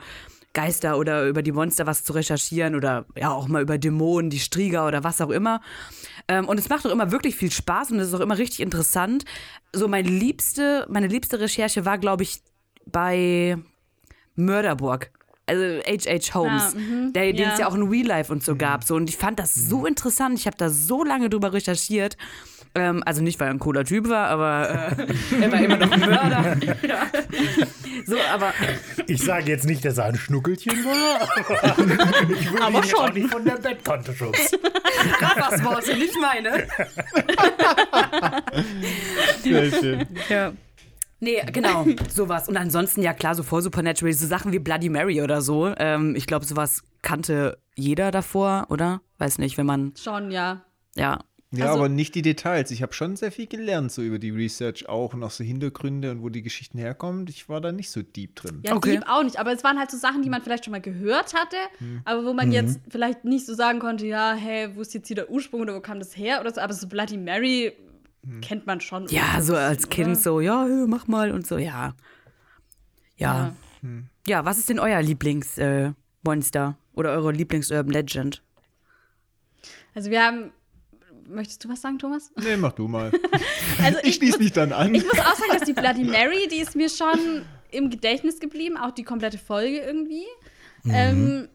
Geister oder über die Monster was zu recherchieren oder ja auch mal über Dämonen, die Strieger oder was auch immer. Ähm, und es macht auch immer wirklich viel Spaß und es ist auch immer richtig interessant. So mein liebste, meine liebste Recherche war, glaube ich, bei Mörderburg. Also H.H. Ah, Holmes, mhm. der, den Ja. es ja auch in Real Life und so gab. So. Und ich fand das so interessant. Ich habe da so lange drüber recherchiert. Ähm, also nicht, weil er ein cooler Typ war, aber äh, er war immer noch ein Mörder. ja. So, aber Ich sage jetzt nicht, dass er ein Schnuckelchen war, aber ich würde ihn jetzt auch nicht von der Bettkante schubsen. Raffas Worte, nicht meine. Sehr schön. Ja. Nee, genau, sowas. Und ansonsten, ja klar, so vor Supernatural, so Sachen wie Bloody Mary oder so. Ähm, ich glaube, sowas kannte jeder davor, oder? Weiß nicht, wenn man, Schon, ja. ja. Ja, Also- aber nicht die Details. Ich habe schon sehr viel gelernt, so über die Research auch und auch so Hintergründe und wo die Geschichten herkommen. Ich war da nicht so deep drin. Ja, Okay. Dieb auch nicht. Aber es waren halt so Sachen, die man vielleicht schon mal gehört hatte, Hm. aber wo man Mhm. jetzt vielleicht nicht so sagen konnte, ja, hey, wo ist jetzt hier der Ursprung oder wo kam das her oder so. Aber so Bloody Mary kennt man schon. Hm. Ja, so als Kind so, ja, hö, mach mal und so, ja. Ja. Ja, was ist denn euer Lieblingsmonster äh, Monster oder eure Lieblings-Urban Legend? Also wir haben. Möchtest du was sagen, Thomas? Nee, mach du mal. Also Ich schließe mich dann an. Ich muss auch sagen, dass die Bloody Mary, die ist mir schon im Gedächtnis geblieben, auch die komplette Folge irgendwie. Mhm. Ähm,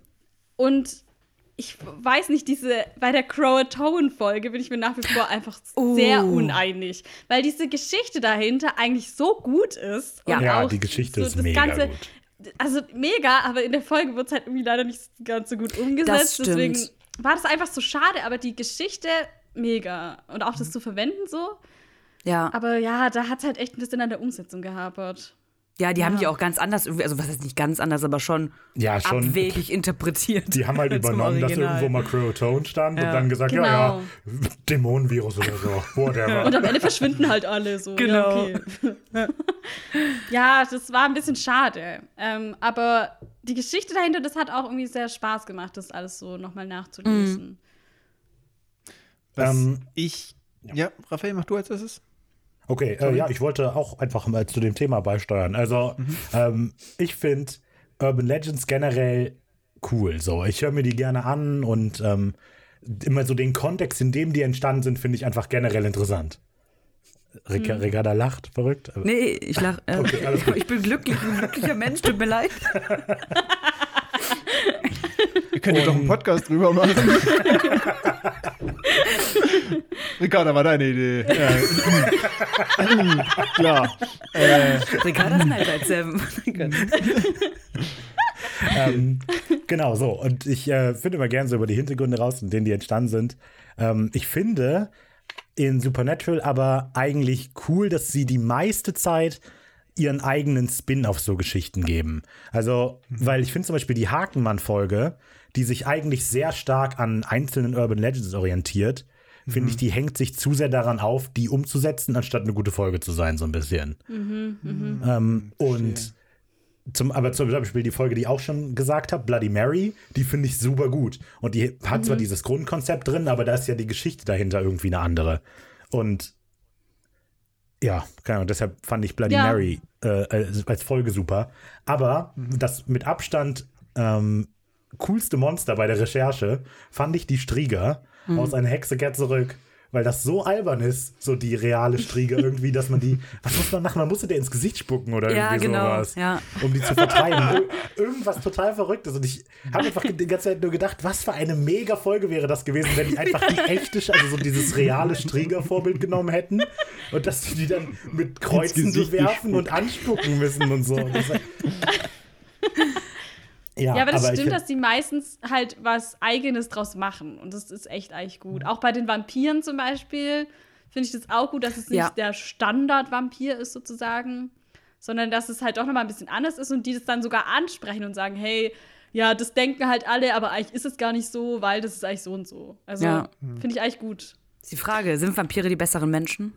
und ich weiß nicht, diese bei der Croatoan-Folge bin ich mir nach wie vor einfach sehr Uh. Oh. uneinig, weil diese Geschichte dahinter eigentlich so gut ist. Ja. Ja, die Geschichte ist mega gut. Also mega, aber in der Folge wird es halt irgendwie leider nicht ganz so gut umgesetzt. Das stimmt. Deswegen war das einfach so schade, aber die Geschichte mega. Und auch Mhm. das zu verwenden so. Ja. Aber ja, da hat es halt echt ein bisschen an der Umsetzung gehapert. Ja, die haben die auch ganz anders, irgendwie- also was heißt nicht ganz anders, aber schon, Ja, schon. abwegig interpretiert. Die haben halt zum übernommen, dass Original. Genau. irgendwo mal Croatone stand und dann gesagt, ja, ja, Dämonenvirus oder so. Whatever. Und am Ende verschwinden halt alle so. Genau. Ja, okay. ja das war ein bisschen schade. Ähm, aber die Geschichte dahinter, das hat auch irgendwie sehr Spaß gemacht, das alles so nochmal nachzulesen. Was Ähm, ich. Ja, Raphael, mach du als erstes. Okay, äh, ja, ich wollte auch einfach mal zu dem Thema beisteuern. Also, ähm, ich finde Urban Legends generell cool. So, ich höre mir die gerne an und ähm, immer so den Kontext, in dem die entstanden sind, finde ich einfach generell interessant. Rick, Hm. Ricarda lacht, verrückt. aber- Nee, ich lach. Äh, Okay, alles gut. Ich bin glücklich, ein glücklicher Mensch, tut mir leid. Ihr könnt ja doch einen Podcast drüber machen. Ricarda, war deine Idee. Ja. Klar. Äh, Ricarda Snyder als Seven. ähm, genau so. Und ich äh, finde immer gerne so über die Hintergründe raus, in denen die entstanden sind. Ähm, ich finde, in Supernatural aber eigentlich cool, dass sie die meiste Zeit ihren eigenen Spin auf so Geschichten geben. Also, weil ich finde zum Beispiel die Hakenmann-Folge, die sich eigentlich sehr stark an einzelnen Urban Legends orientiert, finde ich, die hängt sich zu sehr daran auf, die umzusetzen, anstatt eine gute Folge zu sein, so ein bisschen. ähm, und zum, aber zum Beispiel die Folge, die ich auch schon gesagt habe, Bloody Mary, die finde ich super gut. Und die hat zwar dieses Grundkonzept drin, aber da ist ja die Geschichte dahinter irgendwie eine andere. Und ja, keine Ahnung, deshalb fand ich Bloody Ja. Mary äh, als als Folge super. Aber das mit Abstand ähm, coolste Monster bei der Recherche fand ich die Strieger aus Eine Hexe kehrt zurück. Weil das so albern ist, so die reale Striege irgendwie, dass man die, was muss man machen? Man musste der ins Gesicht spucken oder Ja, irgendwie genau, sowas, ja. um die zu vertreiben. Ir- Irgendwas total Verrücktes. Und ich habe einfach die ganze Zeit nur gedacht, was für eine mega Folge wäre das gewesen, wenn die einfach die echte, also so dieses reale Strieger-Vorbild genommen hätten und dass die die dann mit Kreuzen Gesicht bewerfen und anspucken müssen und so. Das- Ja, aber das ich stimmt, hätt- dass die meistens halt was Eigenes draus machen. Und das ist echt eigentlich gut. Auch bei den Vampiren zum Beispiel finde ich das auch gut, dass es nicht Ja. der Standard-Vampir ist sozusagen, sondern dass es halt doch nochmal ein bisschen anders ist und die das dann sogar ansprechen und sagen, hey, ja, das denken halt alle, aber eigentlich ist es gar nicht so, weil das ist eigentlich so und so. Also Ja. finde ich eigentlich gut. Ist die Frage, sind Vampire die besseren Menschen?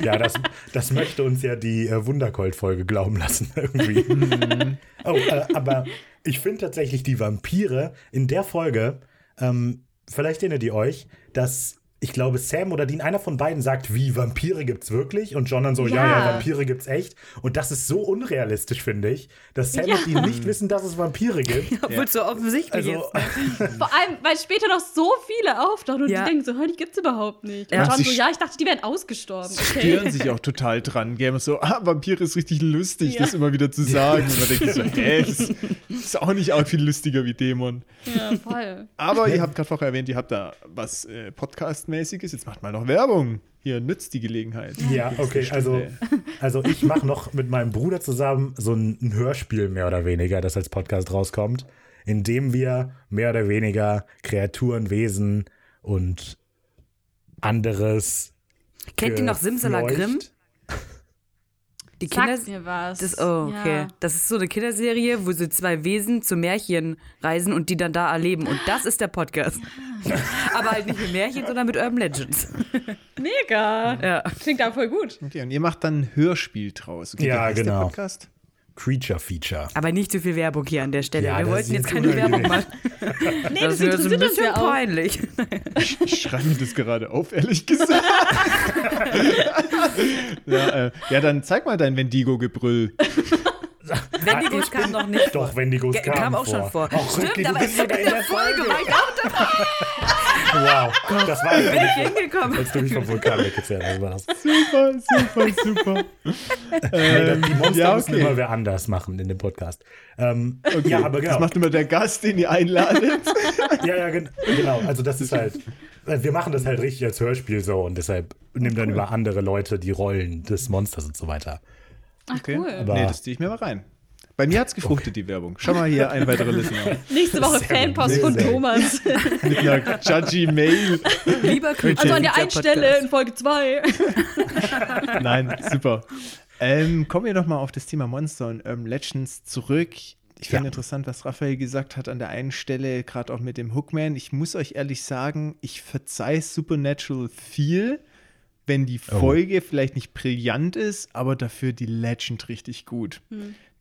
Ja, das, das möchte uns ja die äh, Wundercold-Folge glauben lassen, irgendwie. Mhm. oh, äh, aber ich finde tatsächlich die Vampire in der Folge, ähm, vielleicht erinnert ihr euch, dass ich glaube, Sam oder Dean, einer von beiden sagt, wie Vampire gibt's wirklich? Und John dann so, ja, ja, Ja. Vampire gibt's echt. Und das ist so unrealistisch, finde ich, dass Sam Ja. und Dean nicht wissen, dass es Vampire gibt. Obwohl es so offensichtlich Also, ist. Vor allem, weil später noch so viele auftauchen und Ja. die denken so, "Hä, die gibt's überhaupt nicht. Und Ja. ja. John so, Sie- ja, ich dachte, die wären ausgestorben. Okay. stören sich auch total dran. Gell? So, ah, Vampire ist richtig lustig, Ja. das immer wieder zu sagen. Und man denkt so, hä, das ist auch nicht arg viel lustiger wie Dämon. Ja, voll. Aber ihr habt gerade vorher erwähnt, ihr habt da was äh, Podcast-mäßiges. Jetzt macht mal noch Werbung. Hier nützt die Gelegenheit. ja, okay, also, also ich mache noch mit meinem Bruder zusammen so ein, ein Hörspiel mehr oder weniger, das als Podcast rauskommt, in dem wir mehr oder weniger Kreaturen, Wesen und anderes. Kennt ihr noch Simsala Grimm? gefleucht. Die Kinder. Sagt mir was. Das, oh, okay. Ja. Das ist so eine Kinderserie, wo so zwei Wesen zu Märchen reisen und die dann da erleben. Und das ist der Podcast. Aber halt nicht mit Märchen, sondern mit Urban Legends. Mega. Ja. Klingt auch voll gut. Okay, und ihr macht dann ein Hörspiel draus. Okay, Ja, wie heißt der genau. Podcast? Creature Feature. Aber nicht zu viel Werbung hier an der Stelle. Ja, Wir das wollten ist jetzt jetzt keine unangenehm. Werbung machen. Nee, Das, ist jetzt interessiert ein uns bisschen ja auch. peinlich. Ich schreibe mir das gerade auf, ehrlich gesagt. ja, äh, ja, dann zeig mal dein Wendigo-Gebrüll. Wendigos kam noch nicht. Doch, Wendigos Ge- kam, kam auch schon vor. Auch Ricky, Stimmt, du aber bist in sogar in der der Folge Folge. war ich auch Wow, das war ein nicht Wendigo, hingekommen. als du mich vom Vulkan weggezählt hast. warst. Super, super, super. Hey, die Monster Ähm, ja, müssen okay. immer wer anders machen in dem Podcast. Ähm, Ja, aber genau. Das macht immer der Gast, den ihr einladet. Ja, ja, gen genau. Also das ist halt, äh, wir machen das halt richtig als Hörspiel so und deshalb nehmen dann über andere Leute die Rollen des Monsters und so weiter. Ach, cool. Aber- nee, das ziehe ich mir mal rein. Bei mir hat's gefruchtet, die Werbung. Schau mal hier, ein weiterer Listener. Nächste Woche Sehr gut, Fanpost sehr von gut. Thomas. Mit einer judgy Mail. Lieber Also an der einen Stelle in Folge 2. Nein, super. Ähm, kommen wir doch mal auf das Thema Monster und Urban Legends zurück. Ich finde Ja. interessant, was Raphael gesagt hat an der einen Stelle, gerade auch mit dem Hookman. Ich muss euch ehrlich sagen, ich verzeih Supernatural viel, wenn die Folge vielleicht nicht brillant ist, aber dafür die Legend richtig gut.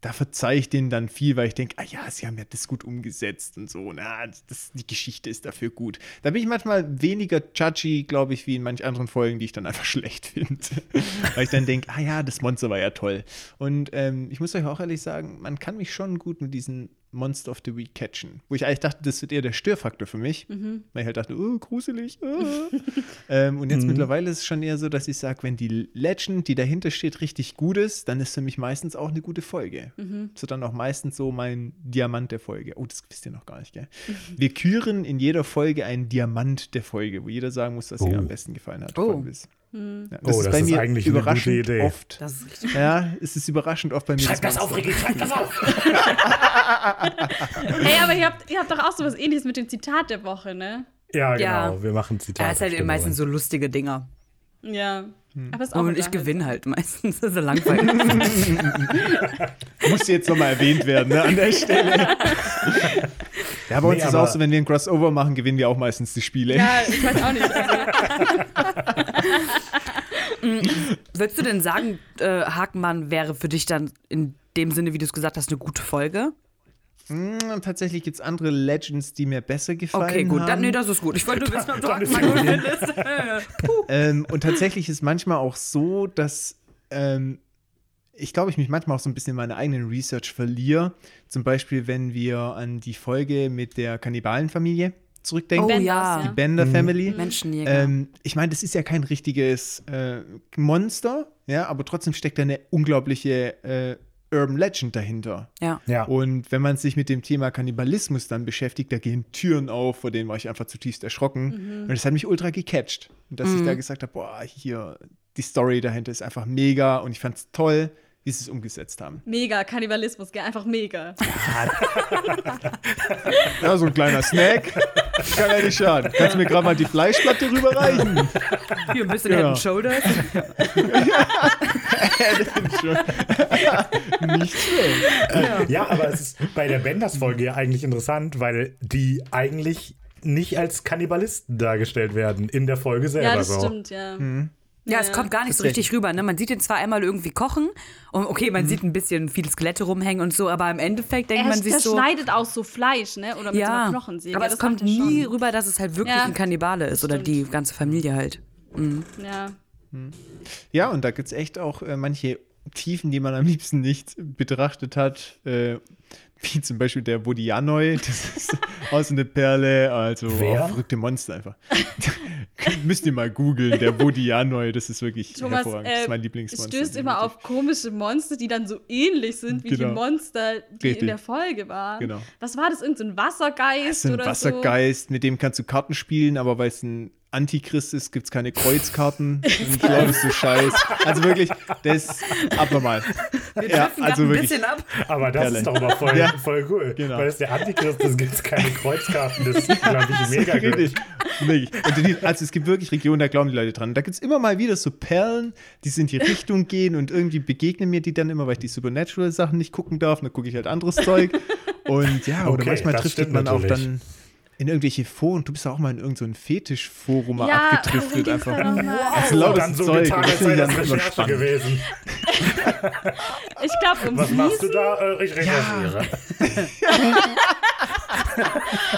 Da verzeih ich denen dann viel, weil ich denke, ah ja, sie haben ja das gut umgesetzt und so. Na, das, die Geschichte ist dafür gut. Da bin ich manchmal weniger judgy, glaube ich, wie in manch anderen Folgen, die ich dann einfach schlecht finde. weil ich dann denke, ah ja, das Monster war ja toll. Und ähm, ich muss euch auch ehrlich sagen, man kann mich schon gut mit diesen Monster of the Week catchen. Wo ich eigentlich dachte, das wird eher der Störfaktor für mich. Mhm. Weil ich halt dachte, oh, gruselig. Oh. ähm, und Mhm. jetzt mittlerweile ist es schon eher so, dass ich sage, wenn die Legend, die dahinter steht, richtig gut ist, dann ist für mich meistens auch eine gute Folge. Mhm. So dann auch meistens so mein Diamant der Folge. Oh, das wisst ihr noch gar nicht, gell? Wir küren in jeder Folge einen Diamant der Folge, wo jeder sagen muss, was ihm Oh. am besten gefallen hat. Oh. von bis. Ja, das Oh, ist das bei ist mir eigentlich eine gute überraschend Idee. oft. Das ist richtig. ja, es ist überraschend oft bei mir. Schreib das auf, Ricky, schreib das auf! Ey, aber ihr habt, ihr habt doch auch sowas ähnliches mit dem Zitat der Woche, ne? Ja, Ja. genau. Wir machen Zitate. Ja, ist halt stimmt, meistens Moment. so lustige Dinger. Ja. Aber ist auch Und ich unterhaltsam. gewinne halt meistens. Das ist ja langweilig. Muss jetzt nochmal erwähnt werden, ne, an der Stelle. Ja, bei uns Nee, ist aber- auch so, wenn wir ein Crossover machen, gewinnen wir auch meistens die Spiele. Ja, ich weiß auch nicht. Also, Würdest du denn sagen, äh, Hakenmann wäre für dich dann in dem Sinne, wie du es gesagt hast, eine gute Folge? Hm, tatsächlich gibt es andere Legends, die mir besser gefallen Okay, gut. haben. Dann, nee, das ist gut. Ich wollte nur wissen, ob du dann ist Hakenmann gut findest. ähm, und tatsächlich ist manchmal auch so, dass ähm, ich glaube, ich mich manchmal auch so ein bisschen in meine eigenen Research verliere. Zum Beispiel, wenn wir an die Folge mit der Kannibalenfamilie Oh zurückdenken, Benders, ja. ja. die Bender Family. Menschenjäger. Ähm, ich meine, das ist ja kein richtiges äh, Monster, ja, aber trotzdem steckt da eine unglaubliche äh, Urban Legend dahinter. ja. Ja. Und wenn man sich mit dem Thema Kannibalismus dann beschäftigt, da gehen Türen auf, vor denen war ich einfach zutiefst erschrocken. Und das hat mich ultra gecatcht. Und dass ich da gesagt habe, boah, hier, die Story dahinter ist einfach mega und ich fand es toll, wie sie es umgesetzt haben. mega, Kannibalismus, gell? einfach mega. Ja, so ein kleiner Snack. Kann ja nicht schaden. Kannst du mir gerade mal die Fleischplatte rüberreichen? Hier ein bisschen Ja. Head and Shoulders. nicht schön. Ja, aber es ist bei der Benders-Folge ja eigentlich interessant, weil die eigentlich nicht als Kannibalisten dargestellt werden in der Folge selber. Ja, das so. stimmt, ja. Ja, es kommt gar nicht so richtig rüber. Ne? Man sieht ihn zwar einmal irgendwie kochen und okay, man sieht ein bisschen viele Skelette rumhängen und so, aber im Endeffekt denkt Er man sich so. schneidet auch so Fleisch, ne? Oder mit so Ja, einer Knochensäge. aber es das kommt macht er nie rüber, dass es halt wirklich Ja, ein Kannibale ist oder die ganze Familie halt. Schon. Ja. Ja, und da gibt es echt auch äh, manche Tiefen, die man am liebsten nicht betrachtet hat. Äh, wie zum Beispiel der Bodianoi, das ist aus eine Perle, also Wer? oh, verrückte Monster einfach. Müsst ihr mal googeln, der Bodianoi, das ist wirklich Thomas hervorragend. das äh, ist mein Lieblingsmonster. stößt immer auf komische Monster, die dann so ähnlich sind wie Genau. die Monster, die Richtig. in der Folge waren. Genau. Was war das? Irgendein so ein Wassergeist Das ist ein oder Wassergeist, mit dem kannst du Karten spielen, aber weil es ein Antichrist ist, gibt es keine Kreuzkarten. Und ich glaube, das ist so scheiß. Also wirklich, das ist abnormal. ja, also ein wirklich. bisschen ab. Aber das Perle. ist doch mal voll, Ja. voll cool. Genau. Weil es der Antichrist ist, gibt es keine Kreuzkarten. Das ist, glaube ich, mega gut. Richtig. Wirklich. Und die, also es gibt wirklich Regionen, da glauben die Leute dran. Da gibt es immer mal wieder so Perlen, die so in die Richtung gehen und irgendwie begegnen mir die dann immer, weil ich die Supernatural-Sachen nicht gucken darf. Und dann gucke ich halt anderes Zeug. Und ja, oder Okay, manchmal das driftet stimmt man auch natürlich. dann in irgendwelche Foren. Du bist ja auch mal in irgendein Fetischforum so? mal Ja, also genau. darum abgedriftet. ging's Einfach. ja nochmal. Das ist Und lautes dann so Zeug. getan, Das als finde sei ich das dann immer Recherche spannend. gewesen. Ich glaube, um Was machst du Niesen- da? Äh, ich recherchiere.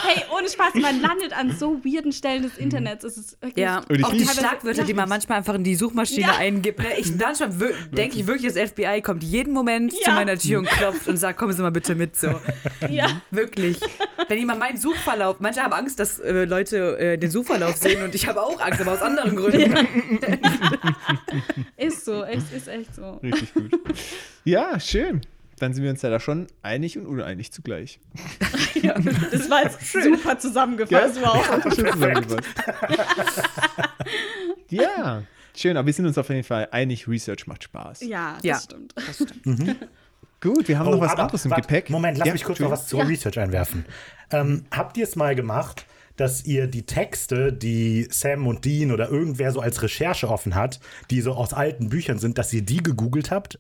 Hey, ohne Spaß, man landet an so weirden Stellen des Mhm. Internets. Es ist wirklich Ja, Und ich auch die lieb's. Schlagwörter, die man manchmal einfach in die Suchmaschine Ja. eingibt. Ne? Ich, manchmal denke ich wirklich, das FBI kommt jeden Moment zu Ja. meiner Tür und klopft und sagt, kommen Sie mal bitte mit. So. ja. Wirklich. Wenn jemand meinen Suchverlauf, manche haben Angst, dass äh, Leute äh, den Suchverlauf sehen und ich habe auch Angst, aber aus anderen Gründen. Ist so, es ist echt so. Richtig gut. Ja, schön. Dann sind wir uns ja da schon einig und uneinig zugleich. Ja. Das war jetzt super zusammengefasst. Gell? Wow. Hat doch schön zusammengefasst. ja, schön, aber wir sind uns auf jeden Fall einig, Research macht Spaß. Ja, das Ja. stimmt. Gut, wir haben noch was aber, anderes im Oh, warte, Gepäck. Moment, lass Ja, mich kurz noch was zur Research einwerfen. Ähm, habt ihr es mal gemacht, dass ihr die Texte, die Sam und Dean oder irgendwer so als Recherche offen hat, die so aus alten Büchern sind, dass ihr die gegoogelt habt?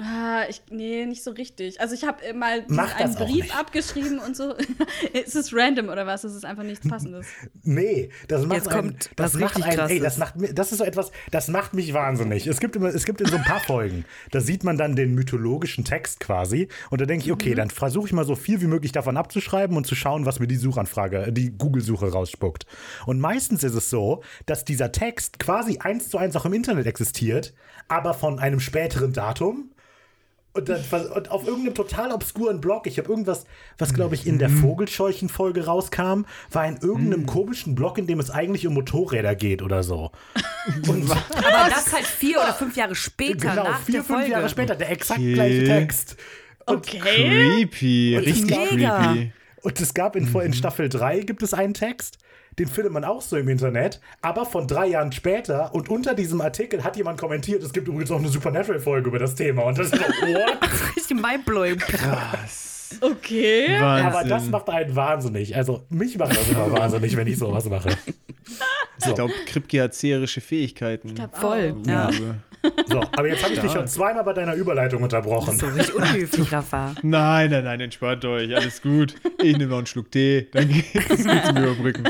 Ah, ich, nee, nicht so richtig. Also ich habe mal diesen Mach einen das auch Brief nicht. abgeschrieben und so. ist es random oder was? Ist es einfach nichts Passendes? Nee, das macht Jetzt einen, kommt das was macht richtig einen, ey, Krasses. das macht mir, das ist so etwas, das macht mich wahnsinnig. Es gibt immer, es gibt in so ein paar Folgen, da sieht man dann den mythologischen Text quasi und da denke ich, okay, dann versuche ich mal so viel wie möglich davon abzuschreiben und zu schauen, was mir die Suchanfrage, die Google-Suche rausspuckt. Und meistens ist es so, dass dieser Text quasi eins zu eins auch im Internet existiert, aber von einem späteren Datum und, dann, was- und auf irgendeinem total obskuren Blog, ich habe irgendwas, was glaube ich in der Vogelscheuchen-Folge rauskam, war in irgendeinem komischen Blog, in dem es eigentlich um Motorräder geht oder so. Und Aber das halt vier oder fünf Jahre später genau, nach vier, der fünf Folge. Jahre später, der exakt Okay. gleiche Text. Okay. Creepy, richtig Mega. creepy. Und es gab in, in Staffel 3 gibt es einen Text, den findet man auch so im Internet, aber von drei Jahren später und unter diesem Artikel hat jemand kommentiert, es gibt übrigens auch eine Supernatural-Folge über das Thema. Und das ist so, what? Richtig mindblowing. Krass. krass. Okay. Wahnsinn. Aber das macht einen wahnsinnig. Also mich macht das immer wahnsinnig, wenn ich sowas mache. ich glaube, Kripke hat seherische Fähigkeiten. Ich glaub auch. Voll. Ja. So, aber jetzt habe ich dich schon zweimal bei deiner Überleitung unterbrochen. So richtig unhöflich, Rafa. Nein, nein, nein, entspannt euch, alles gut. Ich nehme noch einen Schluck Tee, dann geht's es gut zum Überbrücken.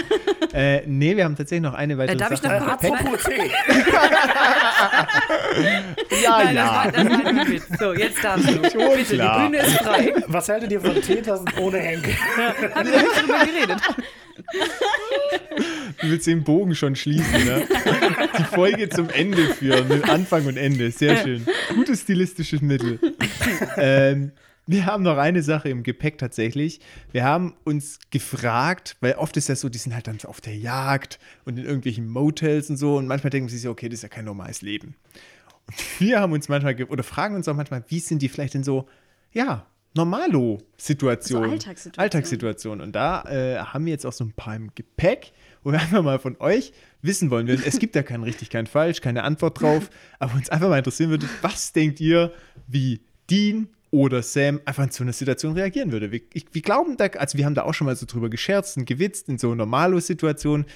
Äh, nee, wir haben tatsächlich noch eine weitere Äh, darf ich Sache. noch kurz- Apropos Tee. ja, Nein, ja. das war, das war ein Witz. So, jetzt darfst du. Schon Bitte, klar. die Bühne ist frei. Was haltet ihr von Teetassen ohne Henkel? Drüber geredet. Du willst den Bogen schon schließen, ne? Die Folge zum Ende führen, mit Anfang und Ende. Sehr schön. Gutes stilistisches Mittel. Ähm, wir haben noch eine Sache im Gepäck tatsächlich. Wir haben uns gefragt, weil oft ist das so, die sind halt dann so auf der Jagd und in irgendwelchen Motels und so. Und manchmal denken sie sich, okay, das ist ja kein normales Leben. Und wir haben uns manchmal, ge- oder fragen uns auch manchmal, wie sind die vielleicht in so, ja, Normalo-Situationen. So Alltagssituationen. Alltagssituationen. Und da äh, haben wir jetzt auch so ein paar im Gepäck, wo wir einfach mal von euch wissen wollen. würden. Es gibt da keinen richtig, keinen falsch, keine Antwort drauf. aber uns einfach mal interessieren würde, was denkt ihr, wie Dean oder Sam einfach in so einer Situation reagieren würde? Wir, ich, wir glauben da, also wir haben da auch schon mal so drüber gescherzt und gewitzt in so Normalo-Situationen.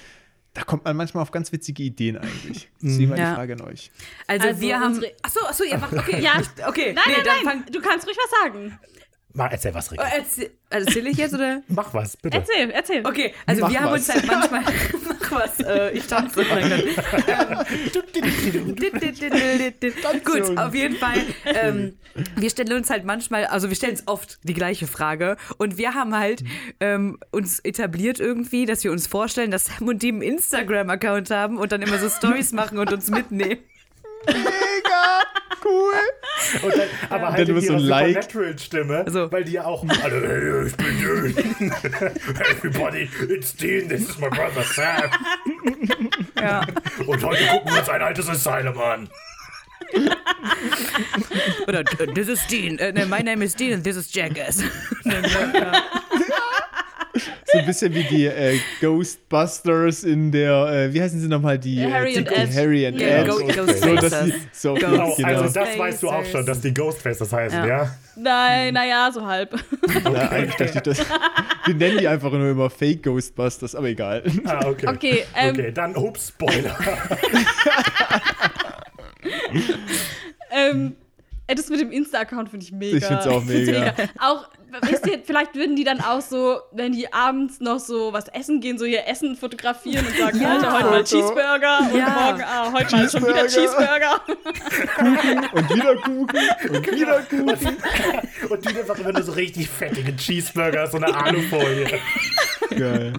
Da kommt man manchmal auf ganz witzige Ideen eigentlich. Mhm. Deswegen mal Ja. die Frage an euch. Also, Also wir haben. unsere- Achso, achso, ihr macht. Okay. Ja. Ich- Okay. Nein, nee, nein, dann nein. Du kannst ruhig was sagen. Mal erzähl was, Rick. Fang, Äh, erzähl, erzähl ich jetzt oder? Mach was, bitte. Erzähl, erzähl. Okay, also Mach wir haben uns was. halt manchmal. mach was, äh, ich tanze. Nein, Gott. Ähm, dit, dit, dit, dit, dit. Gut, auf jeden Fall. Ähm, wir stellen uns halt manchmal, also wir stellen uns oft die gleiche Frage und wir haben halt ähm, uns etabliert irgendwie, dass wir uns vorstellen, dass Sam und die einen Instagram-Account haben und dann immer so Stories machen und uns mitnehmen. Und dann, aber halt Dann in immer so ihrer ein Like. Supernatural-Stimme, So. weil die ja auch alle, hey, ich bin Dean. Everybody, it's Dean, this is my brother Sam. Ja. Und heute gucken wir uns ein altes Asylum an. Oder äh, this is Dean. Äh, ne, my name is Dean and this is Jackass. Ne, So ein bisschen wie die äh, Ghostbusters in der, äh, wie heißen sie nochmal? Die äh, Harry und Dick Ed. Harry and Ja, Ed. Go- so, dass Ghostbusters. sie, so, Genau, genau. Also das weißt du auch Ghostfacers. schon, dass die Ghostfaces heißen, ja? Nein, naja, so halb. Na, eigentlich dachte ich das. Wir nennen die einfach nur immer Fake Ghostbusters, aber egal. Ah, okay. Okay, ähm, okay, dann, ups, Spoiler. Ähm, äh, das mit dem Insta-Account finde ich mega. Ich find's auch mega. Auch, wisst ihr, vielleicht würden die dann auch so, wenn die abends noch so was essen gehen, so ihr Essen fotografieren und sagen, Ja. Alter, heute mal Foto. Cheeseburger und Ja. morgen, ah, heute mal schon wieder Cheeseburger. Cheeseburger. Und wieder Kuchen und Genau. wieder Kuchen. Und die einfach immer nur so richtig fettige Cheeseburger, so eine Alufolie. Geil.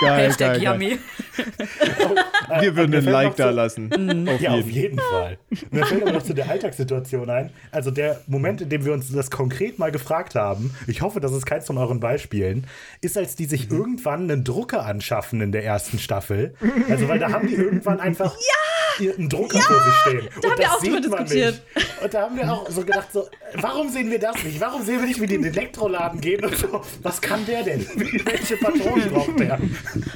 Geil, Hashtag geil, geil. yummy. Wir würden Mir ein fällt Like noch da so- Mm. lassen. Auf Ja, auf jeden. jeden Fall. Mir fällt aber noch zu der Alltagssituation ein. Also der Moment, in dem wir uns das konkret mal gefragt haben, ich hoffe, das ist keins von euren Beispielen, ist, als die Mhm. sich irgendwann einen Drucker anschaffen in der ersten Staffel. Also, weil da haben die irgendwann einfach ihr- einen Drucker vor sich stehen. Da haben wir auch drüber diskutiert. Nicht. Und da haben wir auch so gedacht, so, warum sehen wir das nicht? Warum sehen wir nicht, wie die in den Elektroladen gehen und so? Was kann der denn? Wie- Welche Patronen braucht der?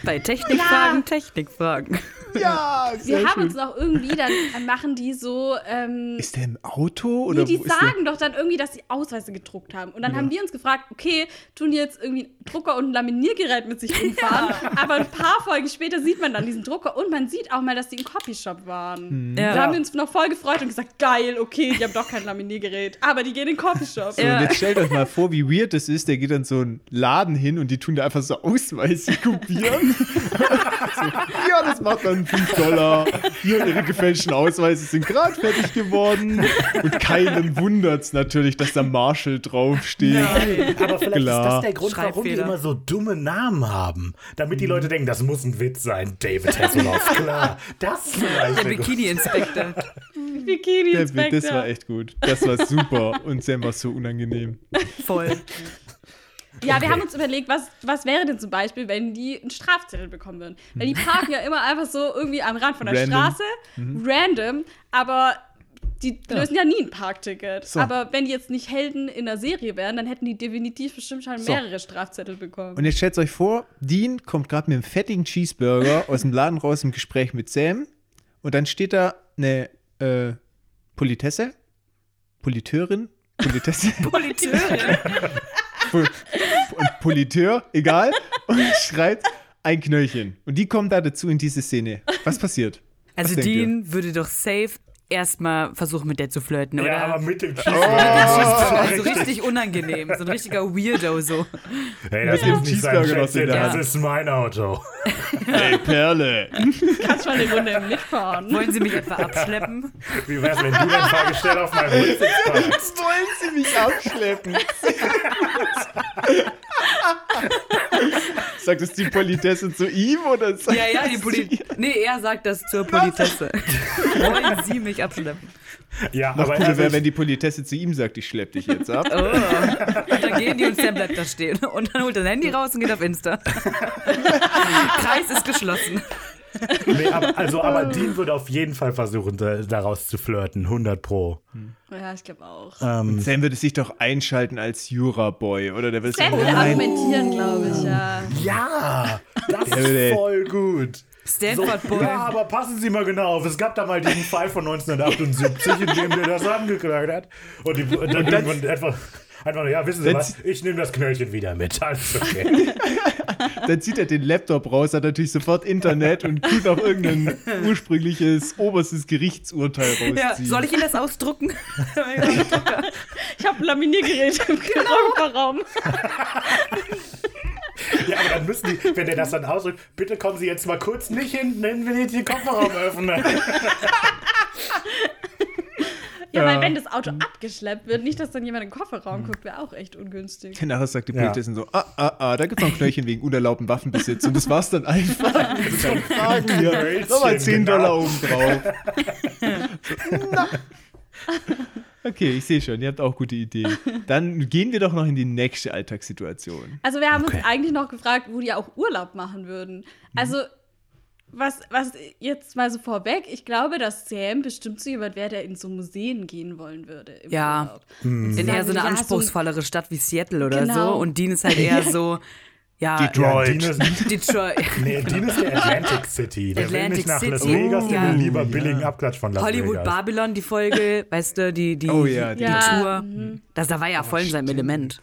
Bei Technikfragen, Technikfragen. Ja, sehr Wir haben schön. uns noch irgendwie, dann äh, machen die so, ähm, Ist der im Auto Nee, oder die wo ist der? sagen doch dann irgendwie, dass sie Ausweise gedruckt haben. Und dann haben wir uns gefragt, okay, tun die jetzt irgendwie einen Drucker und ein Laminiergerät mit sich rumfahren? Aber ein paar Folgen später sieht man dann diesen Drucker und man sieht auch mal, dass die im Copyshop waren. Hm. Ja. Da haben wir uns noch voll gefreut und gesagt, geil, okay, die haben doch kein Laminiergerät, aber die gehen in den Copyshop. So, Ja. und jetzt stellt euch mal vor, wie weird das ist. Der geht dann so einen Laden hin und die tun da einfach so Ausweise kopieren. so, ja, das macht dann 5 Dollar. Hier, ihre gefälschten Ausweise sind gerade fertig geworden. Und keinem wundert's natürlich, dass da Marshall draufsteht. Aber vielleicht Klar. ist das der Grund, warum die Schreibfehler. immer so dumme Namen haben. Damit die Mhm. Leute denken, das muss ein Witz sein. David Hasselhoff, klar. Das vielleicht. Der Bikini-Inspektor. Bikini Der Weg, das war Inspector. echt gut. Das war super. Und Sam war so unangenehm. Voll. Ja, wir haben uns überlegt, was, was wäre denn zum Beispiel, wenn die einen Strafzettel bekommen würden? Weil die parken ja immer einfach so irgendwie am Rand von der Mhm. Random. Mhm. Straße, random, aber die lösen ja nie ein Parkticket. So. Aber wenn die jetzt nicht Helden in der Serie wären, dann hätten die definitiv bestimmt schon So. mehrere Strafzettel bekommen. Und jetzt stellt euch vor, Dean kommt gerade mit einem fettigen Cheeseburger aus dem Laden raus im Gespräch mit Sam. Und dann steht da eine äh, Politesse, Politeurin, Politesse, Politeurin. Po- und Politeur, egal, und schreit ein Knöllchen. Und die kommen da dazu in diese Szene. Was passiert? Also Was denkt ihr? Dean würde doch safe erstmal versuchen, mit der zu flirten, Ja, oder? aber mit dem Cheese. Oh. also richtig unangenehm, so ein richtiger Weirdo so. Hey, das Mit dem ist nicht sein Cheeseburger, was sie Schätzchen, da das haben. ist mein Auto. Hey, Perle. Kannst mal eine Runde mitfahren. Wollen Sie mich etwa abschleppen? Wie wär's, wenn du dein Fahrgestell auf meinem Rücksitz packst? Jetzt wollen sie mich abschleppen. Sagt es die Politesse zu ihm oder sagt Ja, ja, die es Poli Nee, er sagt das zur Politesse. Wollen Sie mich abschleppen? Ja, Noch aber cooler also wäre, ich, wenn die Politesse zu ihm sagt, ich schlepp dich jetzt ab. Oh. Und dann gehen die und Sam bleibt da stehen. Und dann holt er sein Handy raus und geht auf Insta. Kreis ist geschlossen. nee, aber, also, aber Dean würde auf jeden Fall versuchen, da, daraus zu flirten. 100 Pro. Ja, ich glaube auch. Sam würde sich doch einschalten als Jura-Boy, oder? Der würde Sam sagen, würde nein, argumentieren, glaube ich, ja. Ja, das Jawohl. ist voll gut. Stanford Boy. Ja, aber passen Sie mal genau auf. Es gab da mal diesen Fall von 1978, in dem der das angeklagt hat. Und, die, und dann irgendwann einfach, einfach, nur, ja, wissen Sie That's- was, ich nehme das Knöllchen wieder mit. Alles okay. Dann zieht er den Laptop raus, hat natürlich sofort Internet und tut auf irgendein ursprüngliches oberstes Gerichtsurteil rausziehen. Ja, soll ich Ihnen das ausdrucken? Ich habe ein Laminiergerät im Genau. Körperraum. Ja, aber dann müssen die, wenn der das dann ausdrückt, bitte kommen Sie jetzt mal kurz nicht hinten hin, wenn ich den Kofferraum öffne. Ja, Ja. weil wenn das Auto abgeschleppt wird, nicht, dass dann jemand in den Kofferraum guckt, wäre auch echt ungünstig. Nachher sagt die Ja. Polizistin so, ah, ah, ah, da gibt's noch ein Knöllchen wegen unerlaubten Waffenbesitz. Und das war's dann einfach. Keine Fragen hier. Knöllchen, Nochmal 10 genau. Dollar um oben drauf. So, na. Okay, ich sehe schon, ihr habt auch gute Ideen. Dann gehen wir doch noch in die nächste Alltagssituation. Also wir haben uns eigentlich noch gefragt, wo die auch Urlaub machen würden. Also was, was jetzt mal so vorweg, ich glaube, dass Sam bestimmt so jemand wäre, der in so Museen gehen wollen würde. Im Ja. Urlaub. In eher so eine Ja, so ein- anspruchsvollere Stadt wie Seattle oder Genau. so. Und Dean ist halt eher so, ja, Ja, Dean ist, Detroit. nee, Dean ist der Atlantic City. Der will Atlantic nicht nach Las City. Vegas, der Ja. will lieber billigen Abklatsch von Las Hollywood Vegas. Babylon, die Folge, weißt du, die, die, Oh ja, die, die- Ja, Tour. Das, da war ja voll in seinem Element.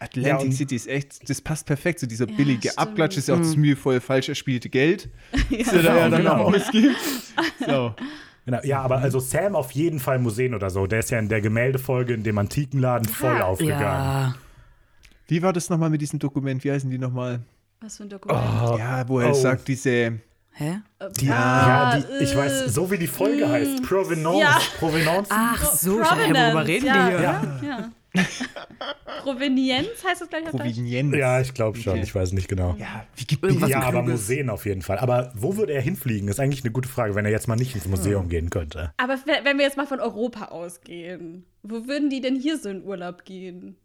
Atlantic Ja, und- City ist echt, das passt perfekt zu dieser billige stimmt. Abklatsch, ist ja auch das mühevoll falsch erspielte Geld, das er da ja dann Hm. genau. auch ausgibt. So. Genau, ja, aber also Sam auf jeden Fall Museen oder so. Der ist ja in der Gemäldefolge in dem Antikenladen voll Ja. aufgegangen. Ja. Wie war das nochmal mit diesem Dokument? Wie heißen die nochmal? Was für ein Dokument. Ja, wo er oh. sagt, diese. Hä? Die, ja, die, ich weiß, so wie die Folge heißt. Provenance. Ja. Provenance. Ach so, hä, Provenance, worüber reden ja. die hier? Ja. ja. Provenienz heißt das gleich auf Deutsch? Provenienz. Ja, ich glaube schon. Okay. Ich weiß nicht genau. Ja, wie gibt Irgendwas- ja. Ja, aber Kluges. Museen auf jeden Fall. Aber wo würde er hinfliegen? Ist eigentlich eine gute Frage, wenn er jetzt mal nicht ins Museum gehen könnte. Aber w- wenn wir jetzt mal von Europa ausgehen, wo würden die denn hier so in Urlaub gehen?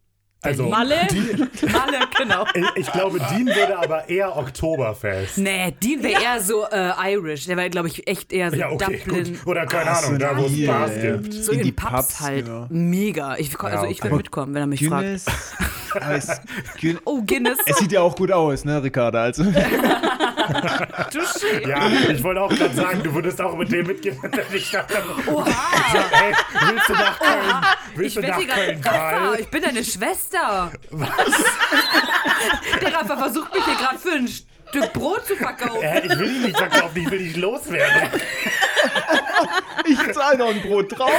Also, Malle? Dean, Alle, genau. ich glaube, Dean würde aber eher Oktoberfest. Nee, Dean wäre eher so äh, Irish. Der wäre, glaube ich, echt eher so Ja, okay, Dublin. gut. Oder keine Ahnung, so da wo es hier, Bars ja. gibt. So In in, die Pubs, Pubs, halt. ja. Mega. Ich, ko- also ich würde okay. mitkommen, wenn er mich fragt. Guinness. Aber es, Guin- Oh, Guinness. es sieht ja auch gut aus, ne, Ricarda? Also, Touché. Ja, ich wollte auch gerade sagen, du würdest auch mit dem mitgehen. Und dann ich dachte, Oha. ey, willst du nach Köln? Ich Willst du werde nach hier gerade Köln, Koffer. Karl? Ich bin deine Schwester. Was? Der Rafa versucht mich hier gerade für ein Stück Brot zu verkaufen. Hä, ich will dich nicht verkaufen, ich will dich loswerden. ich zahle noch ein Brot drauf.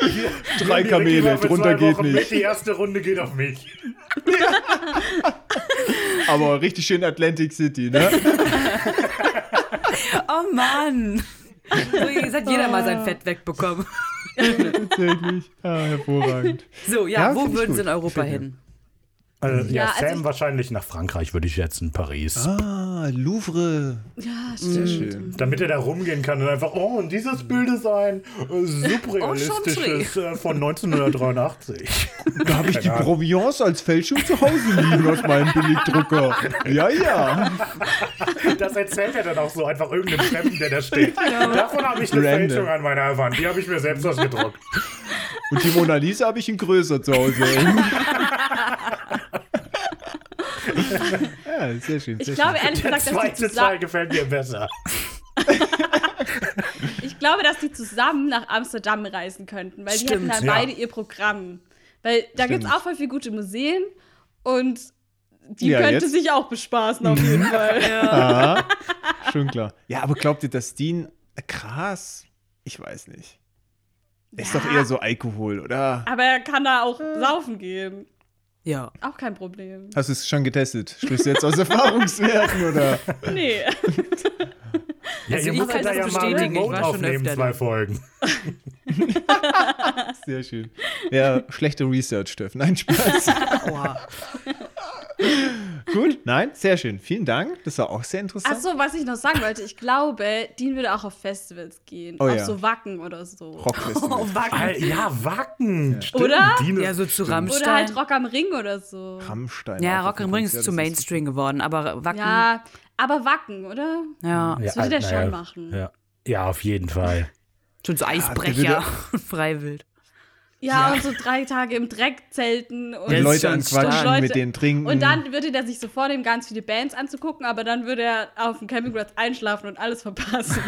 Hier, Drei die Kamele, Ricky war für drunter zwei geht Wochen nicht. Mit, die erste Runde geht auf mich. Aber richtig schön Atlantic City, ne? Oh Mann. So, jetzt hat jeder mal sein Fett wegbekommen. Tatsächlich. Ah, hervorragend. So, ja, Ja, wo find ich würden sie gut. in Europa Find ich. hin? Also, ja, Ja, also Sam ich- wahrscheinlich nach Frankreich, würde ich schätzen, Paris. Ah, Louvre. Ja, stimmt. Schön. Damit er da rumgehen kann und einfach, oh, und dieses Bilddesign, äh, Oh, subrealistisches äh, von 1983. Da habe ich die Provenance als Fälschung zu Hause liegen aus meinem Billigdrucker. Ja, ja. Das erzählt er dann auch so einfach irgendeinem Fremden, der da steht. Davon habe ich eine Random. Fälschung an meiner Wand, die habe ich mir selbst ausgedruckt. Und die Mona Lisa habe ich in größer zu Hause. ja, sehr schön. Ich Sehr glaube ehrlich Der gesagt, dass die zweite zusammen, Teil gefällt mir besser. ich glaube, dass die zusammen nach Amsterdam reisen könnten, weil die hätten Stimmt, da ja. beide ihr Programm. Weil da gibt es Stimmt. auch voll viele gute Museen und die Ja, könnte jetzt- sich auch bespaßen auf jeden Fall. Aha. Schon klar. Ja, aber glaubt ihr, dass Dean äh, krass? Ich weiß nicht. Ist doch eher so Alkohol, oder? Aber er kann da auch saufen gehen. Ja. Auch kein Problem. Hast du es schon getestet? Sprichst du jetzt aus Erfahrungswerten, oder? Nee. Ja, Also ihr ich müsst kann da das ja mal bestätigen, ich remote war schon aufnehmen, öfter zwei da. Folgen. Sehr schön. Ja, schlechte Research, Steff. Nein, Spaß. Oha. Gut, nein, sehr schön. Vielen Dank. Das war auch sehr interessant. Also- Achso, was ich noch sagen wollte, ich glaube, Dean würde auch auf Festivals gehen. Oh auf ja. so Wacken oder so. Oh. Rockfestival. Ah, ja, Wacken. Stimmt, Oder? Dino- Ja, so zu Rammstein. Oder halt Rock am Ring oder so. Rammstein. ja, auch Rock auf im dem Ring Konzert, ist zu das Mainstream geworden, aber Wacken. Ja. Ja, aber Wacken, oder? ja. Ja, Das würde der naja. schon machen. Ja. ja, auf jeden Fall. Schon so Eisbrecher und Freiwild. Ja, und so drei Tage im Dreck zelten und, Und Das ist Leute schon anquatschen, stark. mit denen trinken. und dann würde der sich so vornehmen, ganz viele Bands anzugucken, aber dann würde er auf dem Campingplatz einschlafen und alles verpassen.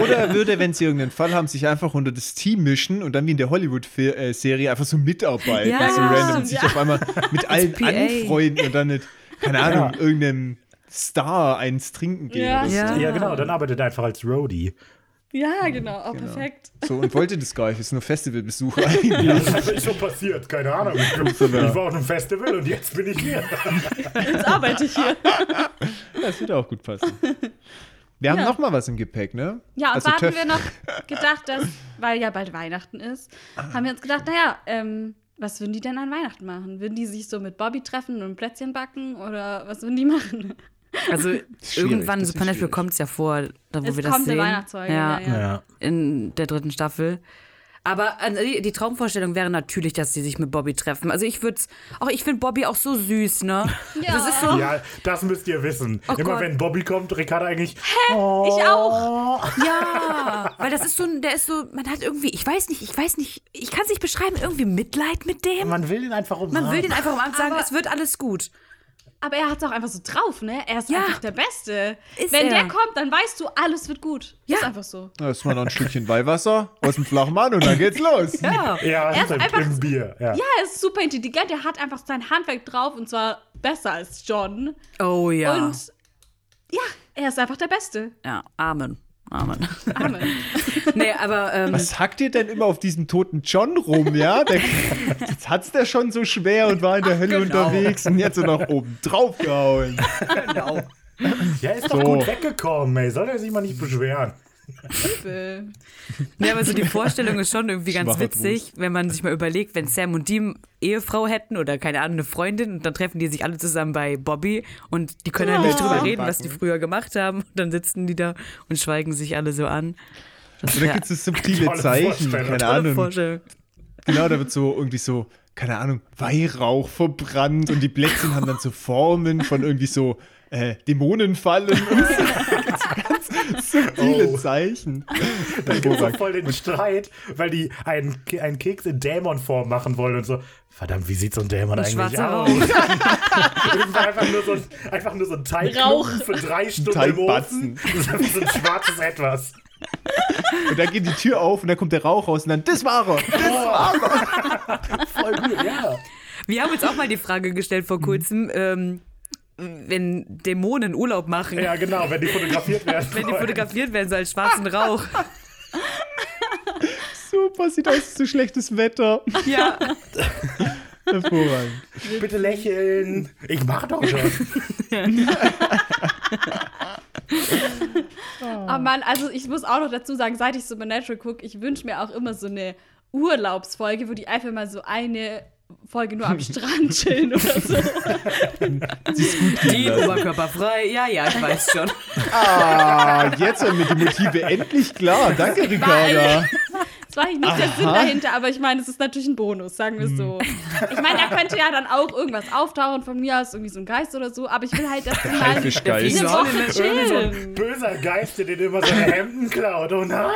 Oder er würde, wenn sie irgendeinen Fall haben, sich einfach unter das Team mischen und dann wie in der Hollywood-Serie einfach so mitarbeiten. Ja, so random. Sich ja. auf einmal mit allen PA. anfreunden und dann mit, keine Ahnung, irgendeinem Star eins trinken gehen. Ja. Oder so. Ja. Ja, genau, dann arbeitet er einfach als Roadie. ja, genau. Oh, perfekt. so. Und wollte das gar nicht. Ist nur Festivalbesucher eigentlich. Das ist schon passiert, keine Ahnung. Ich war auf einem Festival und jetzt bin ich hier. Jetzt arbeite ich hier. Das würde auch gut passen. Wir haben noch mal was im Gepäck, ne? Ja, und also da hatten TÜV. wir noch gedacht, dass, weil ja bald Weihnachten ist, haben wir uns gedacht, naja, ähm, was würden die denn an Weihnachten machen? Würden die sich so mit Bobby treffen und Plätzchen backen oder was würden die machen? Also irgendwann das in ist Supernatural schwierig. kommt es ja vor, da wo Es wir das kommt eine sehen. Weihnachtsfolge, ja, ja, ja. in der dritten Staffel. Aber an- die die Traumvorstellung wäre natürlich, dass sie sich mit Bobby treffen. Also ich würde auch ich finde Bobby auch so süß, ne? Ja. Das ist so Ja, das müsst ihr wissen. Immer Oh Gott. wenn Bobby kommt, Ricarda eigentlich. Ich auch. Ja, weil das ist so, ein- der ist so, man hat irgendwie, ich weiß nicht, ich weiß nicht, ich kann es nicht beschreiben, irgendwie Mitleid mit dem. Man will ihn einfach umarmen. Man will den einfach umarmt sagen, Aber- es wird alles gut. Aber er hat es auch einfach so drauf, ne? Er ist Ja. einfach der Beste. Ist Wenn er. der kommt, dann weißt du, alles wird gut. Ja. Ist einfach so. Erstmal noch ein Stückchen Weihwasser aus dem Flachmann und dann geht's los. Ja. ja, Er ist stimmt, einfach- im Bier. Ja. Ja, er ist super intelligent. Er hat einfach sein Handwerk drauf und zwar besser als John. Oh ja. Und ja, er ist einfach der Beste. ja, Amen. Amen. Amen. nee, aber ähm, Was hackt ihr denn immer auf diesen toten John rum, ja? Der, jetzt hat's der schon so schwer und war in der Hölle genau. unterwegs und jetzt so nach oben drauf gehauen. Genau. Ja, ist doch So. gut weggekommen, ey. Soll er sich mal nicht beschweren? Übel. nee, aber so die Vorstellung ist schon irgendwie ganz Schwacher witzig, wenn man sich mal überlegt, wenn Sam und die Ehefrau hätten oder keine Ahnung, eine Freundin und dann treffen die sich alle zusammen bei Bobby und die können halt nicht drüber reden, was die früher gemacht haben und dann sitzen die da und schweigen sich alle so an. Das Oder wär- gibt's das subtile Tolle Zeichen? Vorstellung. Keine tolle Ahnung. Vorstellung. Genau, da wird so irgendwie so, keine Ahnung, Weihrauch verbrannt und die Plätzchen haben dann so Formen von irgendwie so äh, Dämonenfallen und so ganz, ganz subtile Oh. Zeichen. Da gibt es auch Genau, voll den Streit, weil die einen, Ke- einen Keks in Dämonform machen wollen und so. Verdammt, wie sieht so ein Dämon eigentlich schwarzer aus? Das war einfach nur so ein, einfach nur so ein Rauch. Teigklumpen für drei Stunden im Teigbatzen. Ofen. Das ist einfach so ein schwarzes Etwas. Und dann geht die Tür auf und dann kommt der Rauch raus und dann, das war er. Voll gut, ja. Wir haben uns auch mal die Frage gestellt vor kurzem, ähm, wenn Dämonen Urlaub machen, Ja, genau, wenn die fotografiert werden. wenn die wollen. fotografiert werden, so als schwarzen Rauch. Super, sieht aus, so schlechtes Wetter. Ja, Hervorragend. Bitte lächeln. Ich mach doch schon. Oh Mann, also ich muss auch noch dazu sagen, seit ich Supernatural gucke, ich wünsche mir auch immer so eine Urlaubsfolge, wo die einfach mal so eine Folge nur am Strand chillen oder so. die oberkörperfrei, ja, ja, ich weiß schon. Ah, jetzt werden mir die Motive endlich klar. Danke, Ricarda. Das war eigentlich nicht der Sinn dahinter, aber ich meine, es ist natürlich ein Bonus, sagen wir so. Ich meine, da könnte ja dann auch irgendwas auftauchen von mir aus, irgendwie so ein Geist oder so, aber ich will halt, dass die mal eine Haifischgeist. Woche Irgendwie so chillen. ein böser Geist, der den immer seine Hemden klaut. Oh nein.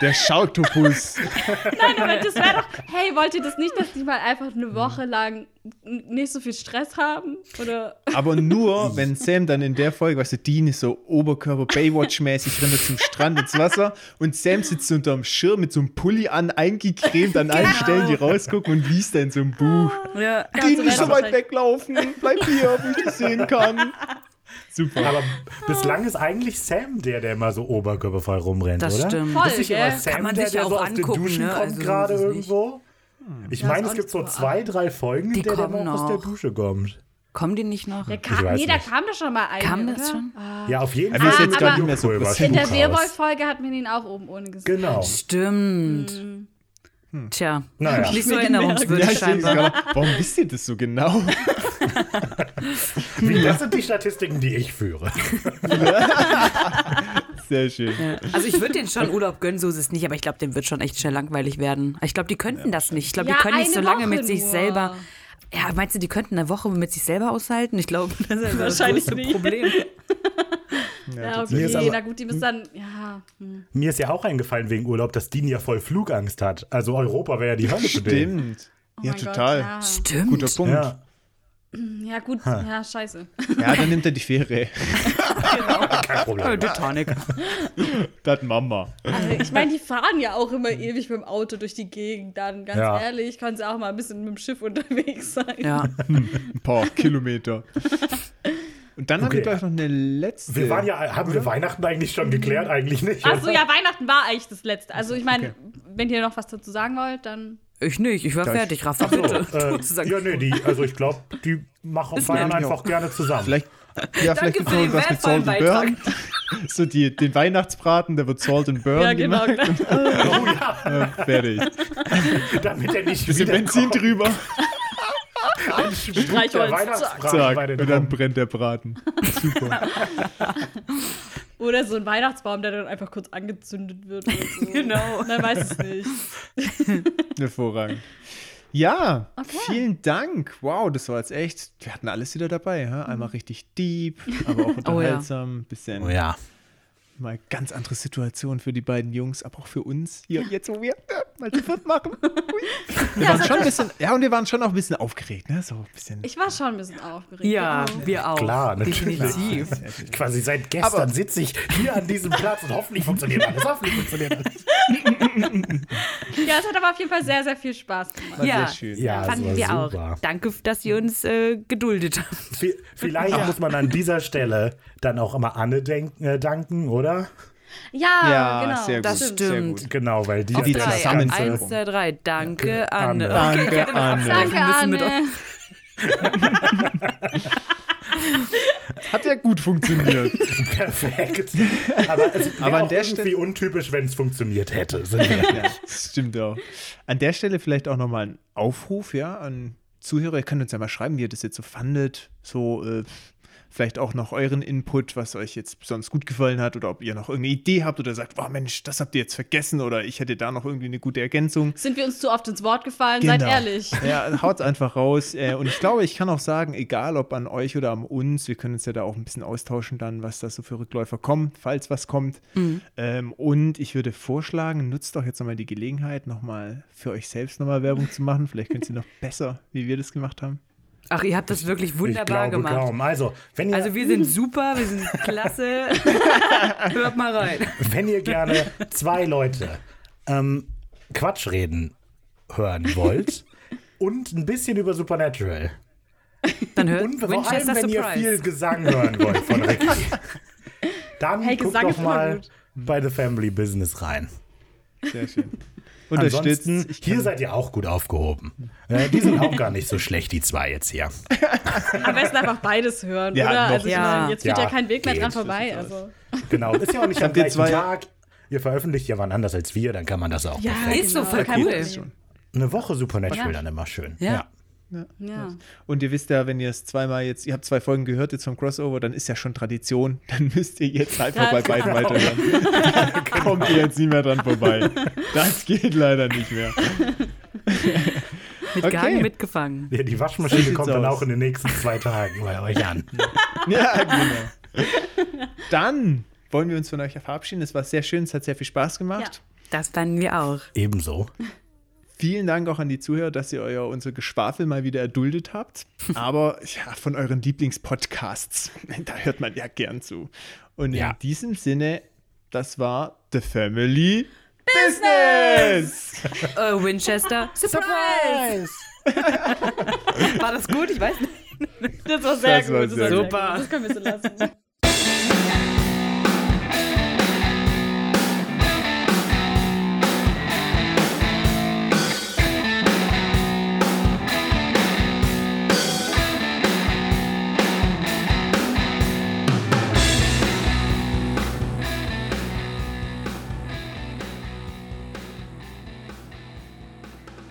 Der Schautopus. Nein, aber das wäre doch. Hey, wollt ihr das nicht, dass die mal einfach eine Woche lang n- nicht so viel Stress haben? Oder. Aber nur, wenn Sam dann in der Folge, weißt du, Dean ist so Oberkörper Baywatch-mäßig, rennt er zum Strand ins Wasser und Sam sitzt unterm Schirm mit so einem Pulli an, eingecremt an allen Stellen, die rausgucken und liest dann so ein Buch. Genau. Ja. Dean, nicht so so weit wahrscheinlich. weglaufen, bleib hier, wo ich dich sehen kann. Super. Aber bislang ist eigentlich Sam der, der immer so oberkörperfrei rumrennt, Das oder? stimmt. Voll, Ist nicht gell? immer Sam Kann man der, sich der ja so auch aus den angucken, Duschen ne? kommt Also so gerade ist es nicht. Hm. irgendwo? Ich meine, auch es gibt so nicht so zwei, drei Folgen, Die in der der kommen mal aus der noch. Dusche kommt. Kommen die nicht noch? Der kam, weiß nee, da nicht. kam doch schon mal ein. Kam das oder? schon? Ja, auf jeden Aber Fall. ist jetzt Ah, gerade aber nicht mehr so Pulver, In präsent. der Raus. Werwolf-Folge hat man ihn auch oben ohne gesehen. Genau. Stimmt. Tja. Hm. Naja. Nicht so erinnerungswürdig ich denke scheinbar. gerade, warum wisst ihr das so genau? Wie, das sind die Statistiken, die ich führe. Sehr schön. Also ich würde denen schon Urlaub gönnen, so ist es nicht, aber ich glaube, dem wird schon echt schnell langweilig werden. Ich glaube, die könnten das nicht. Ich glaube, Ja, die können nicht eine so lange Woche mit sich nur. selber. Ja, meinst du, die könnten eine Woche mit sich selber aushalten? Ich glaube, das ist das Wahrscheinlich größte nicht. Problem. Ja, Mir okay, ist aber- na gut, die müssen dann. Ja. hm. Mir ist ja auch eingefallen wegen Urlaub, dass Dean ja voll Flugangst hat. Also Europa wäre ja die Hölle für den. Stimmt. Oh ja, mein Gott, total. ja. Stimmt. Guter Punkt. Ja. Ja, Ja, gut, ja, scheiße. dann nimmt er die Fähre. kein Oh, Problem. Titanic. Das Mama. Also, ich meine, die fahren ja auch immer ewig mit dem Auto durch die Gegend. Dann, ganz Hm. Ja. ehrlich, können sie auch mal ein bisschen mit dem Schiff unterwegs sein. Ja. Ein paar Kilometer. Und dann haben wir, Okay. glaube ich, noch eine letzte. Wir waren ja, haben wir Weihnachten eigentlich schon geklärt? Eigentlich nicht. Ach so, ja, Weihnachten war eigentlich das Letzte. Also ich meine, wenn ihr noch was dazu sagen wollt, dann. Ich nicht, ich war fertig, Rafa, So, bitte. äh, Du sagst- ja, nee, die, also ich glaube, die machen feiern nett. einfach gerne zusammen. Vielleicht, ja, vielleicht Danke gibt's für noch den was mit Salt and Burn. Wertvollen So die, den Weihnachtsbraten, der wird Salt and Burn Ja, genau. gemacht. Oh ja, Äh, fertig. damit er nicht Bisschen wieder Benzin drüber. kommt, der Streichholz. Zack. Weihnachtsbraten Zack. bei Und den dann Kuchen. brennt der Braten. Super. Oder so ein Weihnachtsbaum, der dann einfach kurz angezündet wird. Oder so. Genau. Man weiß es nicht. Hervorragend. Ja, vielen Dank. Wow, das war jetzt echt. Wir hatten alles wieder dabei. Hä? Einmal Mhm. richtig deep, aber Oh auch unterhaltsam. Bisschen Oh ja. mal ganz andere Situation für die beiden Jungs, aber auch für uns hier jetzt, wo wir äh, mal zu viert machen. Ui. Wir waren schon ein bisschen, ja, und wir waren schon auch ein bisschen aufgeregt, ne? So ein bisschen. Ich war schon ein bisschen aufgeregt. Ja, genau. wir auch. Klar, natürlich. Definitiv. Quasi seit gestern sitze ich hier an diesem Platz und hoffentlich funktioniert alles. Hoffentlich funktioniert alles. Ja, es hat aber auf jeden Fall sehr, sehr viel Spaß gemacht. War Ja. sehr schön. Ja, das Fanden war wir super. auch. Danke, dass ihr uns äh, geduldet habt. V- Vielleicht muss man an dieser Stelle dann auch immer Anne denk, äh, danken, oder? Ja, Ja, genau. sehr gut. Das Sehr stimmt. gut. Genau, weil die, die hat ja das Zusammen- Ganze- Eins, zwei, drei. Danke, Anne. äh, Anne. Danke, Anne. Danke, müssen mit Anne. Hat ja gut funktioniert. Perfekt. Aber es wäre Aber an auch der irgendwie Stelle- untypisch, wenn es funktioniert hätte. Sind wir ja, das stimmt auch. An der Stelle vielleicht auch nochmal ein Aufruf, ja, an Zuhörer. Ihr könnt uns ja mal schreiben, wie ihr das jetzt so fandet. So, äh, vielleicht auch noch euren Input, was euch jetzt besonders gut gefallen hat oder ob ihr noch irgendeine Idee habt oder sagt, oh Mensch, das habt ihr jetzt vergessen oder ich hätte da noch irgendwie eine gute Ergänzung. Sind wir uns zu oft ins Wort gefallen? Seid Genau. ehrlich. Ja, haut's einfach raus. Äh, und ich glaube, ich kann auch sagen, egal ob an euch oder an uns, wir können uns ja da auch ein bisschen austauschen dann, was da so für Rückläufer kommen, falls was kommt. Mhm. Ähm, und ich würde vorschlagen, nutzt doch jetzt nochmal die Gelegenheit, nochmal für euch selbst nochmal Werbung zu machen. Vielleicht könnt ihr noch besser, wie wir das gemacht haben. Ach, ihr habt das wirklich Ich wunderbar glaube gemacht. kaum. Also, wenn ihr, Also wir sind super, wir sind klasse. Hört mal rein. wenn ihr gerne zwei Leute ähm, Quatsch reden hören wollt und ein bisschen über Supernatural Dann hört und vor allem, Winchester wenn ihr viel Surprise. Gesang hören wollt von Ricky, dann Hey, guckt Gesang doch ist immer mal gut. bei The Family Business rein. Sehr schön. Ansonsten, Unterstützen. Ich hier seid ihr auch gut aufgehoben. Äh, die sind auch gar nicht so schlecht, die zwei jetzt hier. Am besten einfach beides hören, Ja, oder? noch. Also ich Ja. meine, jetzt führt ja, Ja, kein Weg mehr geht. dran vorbei. Also. Genau, ist ja auch nicht am Habt ihr gleichen zwei- Tag. Ihr veröffentlicht ja wann anders als wir, dann kann man das auch. Ja, perfekt. Ist so genau, voll kein cool. Problem. Eine Woche Supernatural Ja. dann immer schön. Ja. Ja. Und ihr wisst ja, wenn ihr es zweimal jetzt, ihr habt zwei Folgen gehört jetzt vom Crossover, dann ist ja schon Tradition. Dann müsst ihr jetzt einfach Ja, bei beiden genau. weiterhören. Da kommt ihr jetzt nicht mehr dran vorbei. Das geht leider nicht mehr. Mitgehangen, Okay. mitgefangen. Ja, die So Waschmaschine sieht's kommt dann aus. auch in den nächsten zwei Tagen bei euch an. Ja, genau. Dann wollen wir uns von euch verabschieden. Es war sehr schön, es hat sehr viel Spaß gemacht. Das fanden wir auch. Ebenso. Vielen Dank auch an die Zuhörer, dass ihr euer unser Geschwafel mal wieder erduldet habt. Aber ja, von euren Lieblingspodcasts, da hört man ja gern zu. Und Ja. in diesem Sinne, das war The Family Business. Äh, Winchester. Surprise! War das gut? Ich weiß nicht. Das war sehr Das gut. war das war sehr gut. gut. Das können wir so lassen.